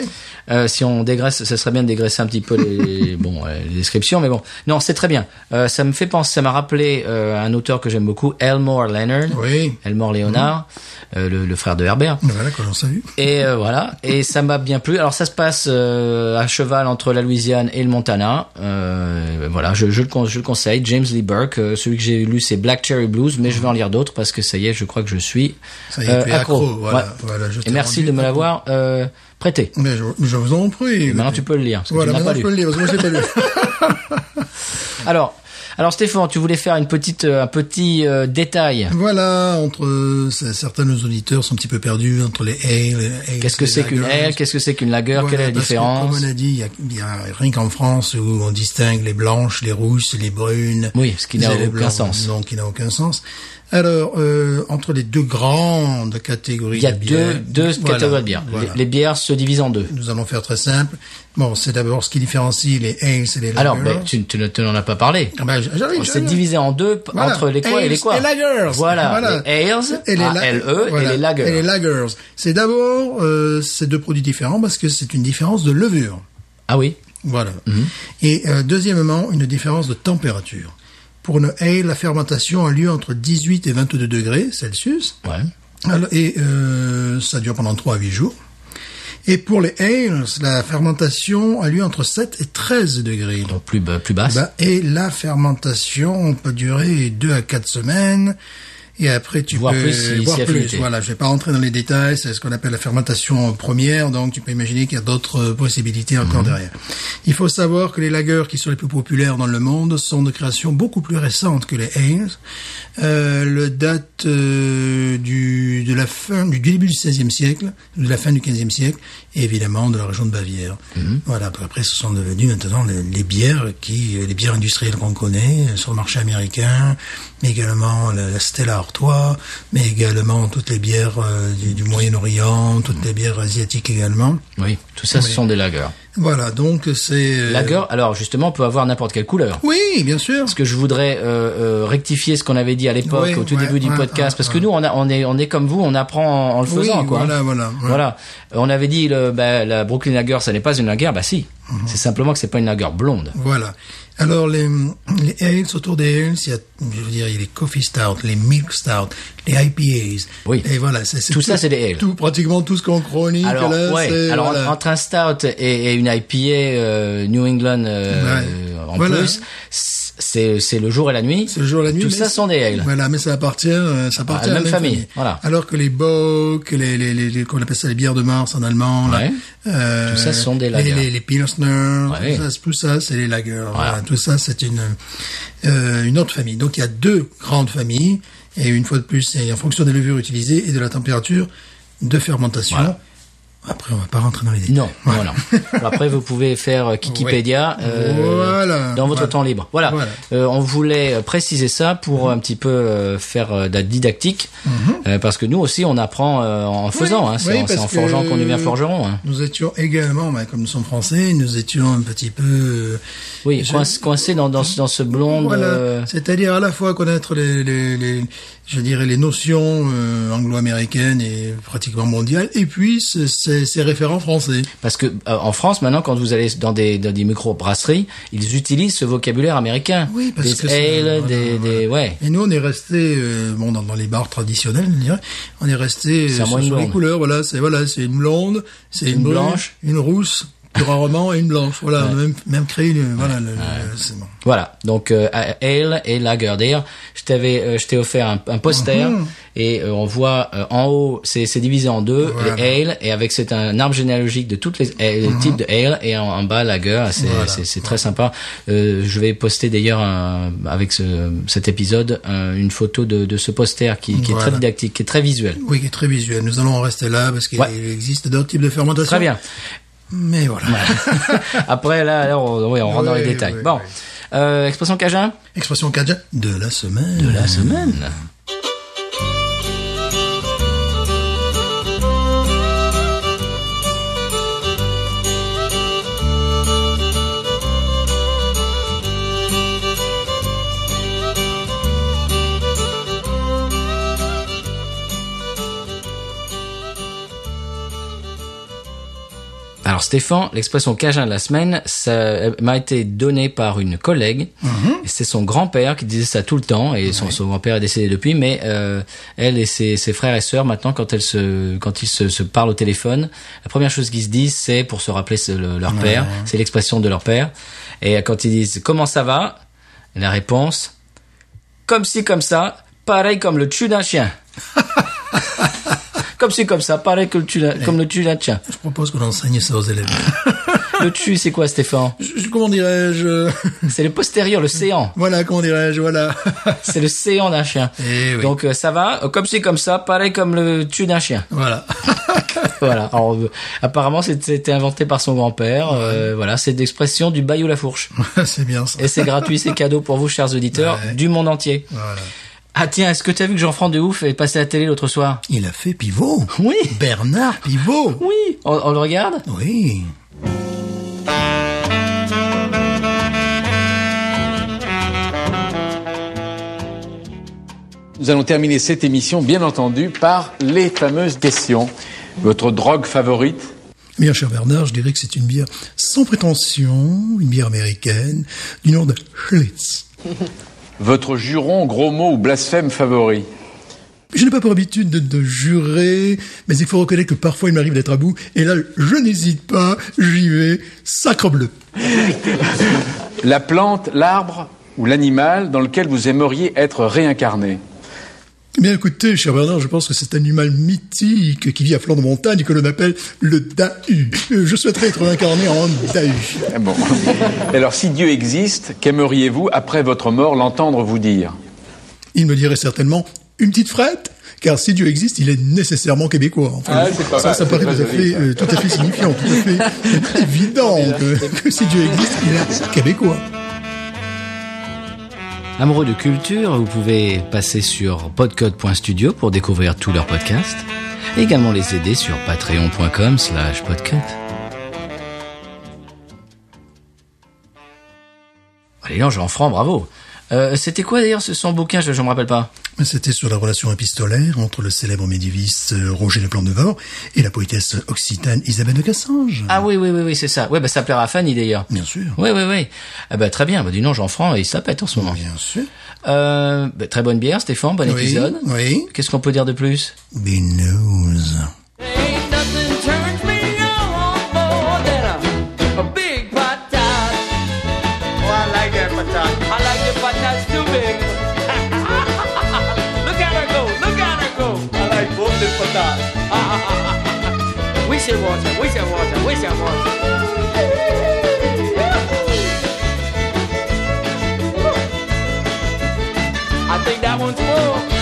[SPEAKER 1] Euh, si on dégraisse, ça serait bien de dégraisser un petit peu les, bon, euh, les descriptions, mais bon. Non, c'est très bien. Euh, ça me fait penser, ça m'a rappelé euh, un auteur que j'aime beaucoup, Elmore Leonard.
[SPEAKER 2] Oui.
[SPEAKER 1] Elmore Leonard,
[SPEAKER 2] Mhm.
[SPEAKER 1] euh, le, le frère de Herbert.
[SPEAKER 2] Voilà, que l'on salue.
[SPEAKER 1] Et euh, voilà, et ça m'a bien plu. Alors ça se passe euh, à cheval entre la Louisiane et le Montana. Euh, voilà, je, je, le, con- je le conseille. James Lee Burke, euh, celui que j'ai lu, c'est Black Cherry Blues, mais je vais en lire d'autres parce que ça y est, je crois que je suis
[SPEAKER 2] Ça y est,
[SPEAKER 1] euh,
[SPEAKER 2] tu es accro. Voilà,
[SPEAKER 1] Ouais.
[SPEAKER 2] voilà, je
[SPEAKER 1] et
[SPEAKER 2] t'ai
[SPEAKER 1] merci
[SPEAKER 2] rendu
[SPEAKER 1] de me
[SPEAKER 2] accro.
[SPEAKER 1] l'avoir euh, prêté.
[SPEAKER 2] Mais je, je vous en prie.
[SPEAKER 1] Maintenant, Eh ben, tu peux le lire. parce que tu
[SPEAKER 2] Voilà,
[SPEAKER 1] l'as
[SPEAKER 2] maintenant
[SPEAKER 1] pas
[SPEAKER 2] je
[SPEAKER 1] lu.
[SPEAKER 2] peux le lire, parce que moi je l'ai pas lu.
[SPEAKER 1] Alors, alors Stéphane, tu voulais faire une petite, euh, un petit euh, détail.
[SPEAKER 2] Voilà, entre euh, c- certains de nos auditeurs sont un petit peu perdus entre les ale. et les
[SPEAKER 1] Qu'est-ce que c'est qu'une
[SPEAKER 2] lagers.
[SPEAKER 1] ale Qu'est-ce que c'est qu'une lager
[SPEAKER 2] Voilà,
[SPEAKER 1] Quelle est la
[SPEAKER 2] parce que,
[SPEAKER 1] différence
[SPEAKER 2] Comme on a dit, il y a, il y a rien qu'en France où on distingue les blanches, les rousses, les brunes.
[SPEAKER 1] Oui, ce qui n'a
[SPEAKER 2] et les
[SPEAKER 1] aucun
[SPEAKER 2] blancs.
[SPEAKER 1] sens.
[SPEAKER 2] Non, qui n'a aucun sens. Alors, euh, entre les deux grandes catégories
[SPEAKER 1] Il y a
[SPEAKER 2] de bières,
[SPEAKER 1] deux, deux
[SPEAKER 2] voilà,
[SPEAKER 1] catégories de bières. Les-
[SPEAKER 2] voilà.
[SPEAKER 1] Les, bières se divisent en deux.
[SPEAKER 2] Nous allons faire très simple. Bon, c'est d'abord ce qui différencie les ales et les lagers.
[SPEAKER 1] Alors, ben, tu, tu ne tu n'en as pas parlé.
[SPEAKER 2] Ah ben, j'arrive,
[SPEAKER 1] C'est
[SPEAKER 2] j'arrive.
[SPEAKER 1] divisé en deux p-
[SPEAKER 2] Voilà.
[SPEAKER 1] entre les quoi et les
[SPEAKER 2] Ales
[SPEAKER 1] quoi.
[SPEAKER 2] et lagers.
[SPEAKER 1] Voilà, les ales,
[SPEAKER 2] Et les la-
[SPEAKER 1] A-L-E,
[SPEAKER 2] voilà.
[SPEAKER 1] E, et les lagers.
[SPEAKER 2] Et les lagers. C'est d'abord euh, ces deux produits différents parce que c'est une différence de levure.
[SPEAKER 1] Ah oui,
[SPEAKER 2] Voilà.
[SPEAKER 1] Mhm.
[SPEAKER 2] Et euh, deuxièmement, une différence de température. Pour une ale, la fermentation a lieu entre 18 et 22 degrés Celsius.
[SPEAKER 1] ouais.
[SPEAKER 2] Alors, et euh, ça dure pendant 3 à 8 jours. Et pour les ales, la fermentation a lieu entre 7 et 13 degrés. Donc,
[SPEAKER 1] Donc plus, ba- plus basse.
[SPEAKER 2] bah, et la fermentation peut durer 2 à 4 semaines. Et après, tu
[SPEAKER 1] Voir
[SPEAKER 2] peux
[SPEAKER 1] plus si-
[SPEAKER 2] voir
[SPEAKER 1] si
[SPEAKER 2] plus.
[SPEAKER 1] affinité.
[SPEAKER 2] Voilà, je vais pas rentrer dans les détails. C'est ce qu'on appelle la fermentation première. Donc, tu peux imaginer qu'il y a d'autres euh, possibilités encore
[SPEAKER 1] Mhm.
[SPEAKER 2] derrière. Il faut savoir que les lagers qui sont les plus populaires dans le monde sont de création beaucoup plus récente que les Haynes. Euh, le date euh, du de la fin du début du XVIe siècle, de la fin du XVe siècle, et évidemment de la région de Bavière.
[SPEAKER 1] Mhm.
[SPEAKER 2] Voilà. Après, ce sont devenues maintenant les, les bières qui, les bières industrielles qu'on connaît euh, sur le marché américain, mais également la, la Stella Artois, mais également toutes les bières euh, du, du Moyen-Orient, toutes les bières asiatiques également.
[SPEAKER 1] Oui, tout ça, ce
[SPEAKER 2] Oui.
[SPEAKER 1] sont des lagers.
[SPEAKER 2] Voilà. Donc c'est euh,
[SPEAKER 1] Lager, alors justement, on peut avoir n'importe quelle couleur.
[SPEAKER 2] Oui, bien sûr.
[SPEAKER 1] Parce que je voudrais euh, euh, rectifier ce qu'on avait dit à l'époque,
[SPEAKER 2] Oui,
[SPEAKER 1] au tout
[SPEAKER 2] ouais,
[SPEAKER 1] début du
[SPEAKER 2] ouais,
[SPEAKER 1] podcast,
[SPEAKER 2] ouais,
[SPEAKER 1] parce que
[SPEAKER 2] ouais.
[SPEAKER 1] nous, on, a, on, est, on est comme vous, on apprend en, en le
[SPEAKER 2] Oui,
[SPEAKER 1] faisant. quoi,
[SPEAKER 2] voilà, voilà, ouais.
[SPEAKER 1] Voilà. Euh, On avait dit le, bah, la Brooklyn Lager, ça n'est pas une lager. Bah si.
[SPEAKER 2] Mhm.
[SPEAKER 1] C'est simplement que c'est pas une lager blonde.
[SPEAKER 2] Voilà. Alors, les, les ales, autour des ales, il y a, je veux dire, il y a les coffee stout, les milk stout, les IPAs.
[SPEAKER 1] Oui.
[SPEAKER 2] Et voilà. c'est-
[SPEAKER 1] Tout ça, c'est des ales.
[SPEAKER 2] Tout, pratiquement tout ce qu'on chronique,
[SPEAKER 1] Alors,
[SPEAKER 2] là,
[SPEAKER 1] ouais.
[SPEAKER 2] c'est,
[SPEAKER 1] Alors
[SPEAKER 2] voilà.
[SPEAKER 1] en- entre un stout et, et une IPA euh, New England euh,
[SPEAKER 2] Ouais.
[SPEAKER 1] en
[SPEAKER 2] Voilà.
[SPEAKER 1] plus, c'est c'est le jour et la nuit.
[SPEAKER 2] C'est le jour et la nuit.
[SPEAKER 1] Tout
[SPEAKER 2] mais
[SPEAKER 1] ça
[SPEAKER 2] c'est-
[SPEAKER 1] sont des ales.
[SPEAKER 2] Voilà, mais ça appartient, euh, ça appartient
[SPEAKER 1] la même
[SPEAKER 2] à
[SPEAKER 1] famille, voilà.
[SPEAKER 2] Alors que les Bock, les, les, les, les- qu'on appelle ça les bières de mars en allemand, là,
[SPEAKER 1] Ouais.
[SPEAKER 2] euh,
[SPEAKER 1] Tout ça, ce sont des lagers.
[SPEAKER 2] Les, les, les Pilsner,
[SPEAKER 1] Ouais.
[SPEAKER 2] tout ça, tout ça, c'est les lagers. Voilà, tout ça, c'est une, euh, une autre famille. Donc il y a deux grandes familles, et une fois de plus, c'est en fonction des levures utilisées et de la température de fermentation.
[SPEAKER 1] Voilà.
[SPEAKER 2] Après, on va pas rentrer dans les détails.
[SPEAKER 1] Non,
[SPEAKER 2] Voilà.
[SPEAKER 1] voilà. Alors Après, vous pouvez faire euh, Kikipédia euh,
[SPEAKER 2] Voilà.
[SPEAKER 1] dans votre
[SPEAKER 2] Voilà.
[SPEAKER 1] temps libre. Voilà.
[SPEAKER 2] Voilà.
[SPEAKER 1] Euh, on voulait euh, préciser ça pour un petit peu euh, faire euh, de la didactique, euh, parce que nous aussi, on apprend euh, en faisant. hein. C'est
[SPEAKER 2] Mhm. oui,
[SPEAKER 1] en- c'est
[SPEAKER 2] parce
[SPEAKER 1] en forgeant
[SPEAKER 2] que-
[SPEAKER 1] qu'on devient forgeron. hein.
[SPEAKER 2] Nous étions également, bah, comme nous sommes français, nous étions un petit peu... euh,
[SPEAKER 1] Oui,
[SPEAKER 2] je-
[SPEAKER 1] coinc- coincé dans, dans, ce- dans ce blonde.
[SPEAKER 2] Voilà.
[SPEAKER 1] euh,
[SPEAKER 2] C'est-à-dire à la fois connaître les, les, les- je dirais les notions euh, anglo-américaines et pratiquement mondiales, et puis ce- ces, ces référents français.
[SPEAKER 1] Parce que euh, en France, maintenant, quand vous allez dans des, dans des micro-brasseries, ils utilisent ce vocabulaire américain.
[SPEAKER 2] Oui, parce
[SPEAKER 1] des
[SPEAKER 2] que c'est-
[SPEAKER 1] ales,
[SPEAKER 2] voilà,
[SPEAKER 1] des, des- ouais.
[SPEAKER 2] Et nous, on est resté euh, bon dans, dans les bars traditionnels, je dirais, on est resté
[SPEAKER 1] C'est un
[SPEAKER 2] euh, sur,
[SPEAKER 1] moine
[SPEAKER 2] sur les
[SPEAKER 1] blonde.
[SPEAKER 2] couleurs. Voilà, c'est voilà, c'est une blonde, c'est une, brune,
[SPEAKER 1] blanche.
[SPEAKER 2] une rousse, pour un roman et une blanche. Voilà, on a même, même créé une, voilà, le- le- c'est bon.
[SPEAKER 1] Voilà. Donc euh, ale et lager. D'ailleurs, je t'avais, euh, je t'ai offert un, un poster
[SPEAKER 2] Mhm.
[SPEAKER 1] et euh, on voit euh, en haut, c'est, c'est divisé en deux
[SPEAKER 2] Voilà. Mhm.
[SPEAKER 1] les ale et avec c'est un arbre généalogique de toutes les, ale- les types de ale et en, en bas lager. C'est, c'est, c'est très sympa. Euh, je vais poster d'ailleurs un- avec ce- cet épisode un- une photo de, de ce poster qui, qui est très
[SPEAKER 2] Voilà.
[SPEAKER 1] didactique, qui est très visuel.
[SPEAKER 2] Oui, qui est très visuel. Nous allons en rester là parce qu'il
[SPEAKER 1] Ouais.
[SPEAKER 2] existe d'autres types de fermentation.
[SPEAKER 1] Très bien.
[SPEAKER 2] Mais voilà.
[SPEAKER 1] Après là, là, on, oui, on rentre dans les
[SPEAKER 2] Oui,
[SPEAKER 1] détails.
[SPEAKER 2] oui,
[SPEAKER 1] bon,
[SPEAKER 2] oui.
[SPEAKER 1] Euh, expression cajun
[SPEAKER 2] Expression Kaja de la semaine. De
[SPEAKER 1] la semaine. Alors Stéphane, l'expression cajun de la semaine, ça euh, m'a été donnée par une collègue. Et C'est son grand-père qui disait ça tout le temps, et son, son grand-père est décédé depuis. Mais euh, elle et ses, ses frères et sœurs maintenant, quand elles se, quand ils se, se parlent au téléphone, la première chose qu'ils se disent, c'est pour se rappeler ce- le- leur père, c'est l'expression de leur père. Et euh, quand ils disent comment ça va, la réponse, comme si comme ça, pareil comme le tue d'un chien. comme si comme ça, pareil que le tue d'un- comme le tue d'un chien.
[SPEAKER 2] Je propose qu'on enseigne ça aux élèves.
[SPEAKER 1] Le tu, c'est quoi, Stéphane
[SPEAKER 2] Je- je- comment dirais-je euh,
[SPEAKER 1] C'est le postérieur, le séant.
[SPEAKER 2] Voilà, comment dirais-je Voilà.
[SPEAKER 1] C'est le séant d'un chien.
[SPEAKER 2] Eh oui.
[SPEAKER 1] Donc euh, ça va, euh, comme c'est comme ça, pareil comme le tu d'un chien.
[SPEAKER 2] voilà.
[SPEAKER 1] Voilà. Alors, euh, apparemment, c'est- c'était inventé par son grand-père. Euh, voilà, c'est l'expression du Bayou la fourche.
[SPEAKER 2] c'est bien ça.
[SPEAKER 1] Et c'est gratuit, c'est cadeau pour vous, chers auditeurs
[SPEAKER 2] Ouais.
[SPEAKER 1] du monde entier.
[SPEAKER 2] Voilà.
[SPEAKER 1] Ah tiens, est-ce que t'as vu que Jean-Franc de ouf est passé à la télé l'autre soir
[SPEAKER 2] Il a fait pivot.
[SPEAKER 1] Oui.
[SPEAKER 2] Bernard Pivot.
[SPEAKER 1] Oui. On, on le regarde
[SPEAKER 2] Oui.
[SPEAKER 5] Nous allons terminer cette émission, bien entendu, par les fameuses questions. Votre drogue favorite
[SPEAKER 2] Bien cher Bernard, je dirais que c'est une bière sans prétention, une bière américaine, du nom de Schlitz.
[SPEAKER 5] Votre juron, gros mot ou blasphème favori
[SPEAKER 2] Je n'ai pas pour habitude de, de jurer, mais il faut reconnaître que parfois il m'arrive d'être à bout, et là, je n'hésite pas, j'y vais, sacre bleu.
[SPEAKER 5] La plante, l'arbre ou l'animal dans lequel vous aimeriez être réincarné
[SPEAKER 2] Eh bien, écoutez, cher Bernard, je pense que cet animal mythique qui vit à flanc de montagne et que l'on appelle le Dahu. Euh, Je souhaiterais être incarné en Dahu.
[SPEAKER 5] Ah bon. Alors, si Dieu existe, qu'aimeriez-vous, après votre mort, l'entendre vous dire
[SPEAKER 2] Il me dirait certainement une petite frette, car si Dieu existe, il est nécessairement québécois. Enfin,
[SPEAKER 5] Ah, c'est pas
[SPEAKER 2] ça, ça
[SPEAKER 5] mal, c'est
[SPEAKER 2] paraît
[SPEAKER 5] pas
[SPEAKER 2] tout à,
[SPEAKER 5] joli,
[SPEAKER 2] fait,
[SPEAKER 5] ça.
[SPEAKER 2] euh, tout à fait signifiant, tout à fait évident que, que si Dieu existe, il est québécois.
[SPEAKER 1] Amoureux de culture, vous pouvez passer sur podcut.studio pour découvrir tous leurs podcasts. Et également les aider sur patreon.com slash podcut. Allez, non, Jean-Franc, bravo. Euh, C'était quoi d'ailleurs ce- son bouquin Je ne me rappelle pas.
[SPEAKER 2] Mais C'était sur la relation épistolaire entre le célèbre médiéviste euh, Roger de Plandevor et la poétesse occitane Isabelle de Cassange.
[SPEAKER 1] Ah oui, oui, oui, oui, c'est ça. Ouais, bah ça plaira à Fanny d'ailleurs.
[SPEAKER 2] Bien sûr.
[SPEAKER 1] Oui, oui, oui. Ah bah très bien. Bah dis non, Jean-Franc, il s'appelle en ce moment.
[SPEAKER 2] Bien sûr.
[SPEAKER 1] Euh, bah, très bonne bière, Stéphane. Bon
[SPEAKER 2] oui,
[SPEAKER 1] épisode.
[SPEAKER 2] Oui.
[SPEAKER 1] Qu'est-ce qu'on peut dire de plus
[SPEAKER 2] Des news.
[SPEAKER 6] Ain't nothing turns me on more than a, a big patat. Oh, I like that patat. I like the patats too big. look at her go, look at her go. I like both the patats. we should watch her, we should watch her, we should watch her. I think that one's full.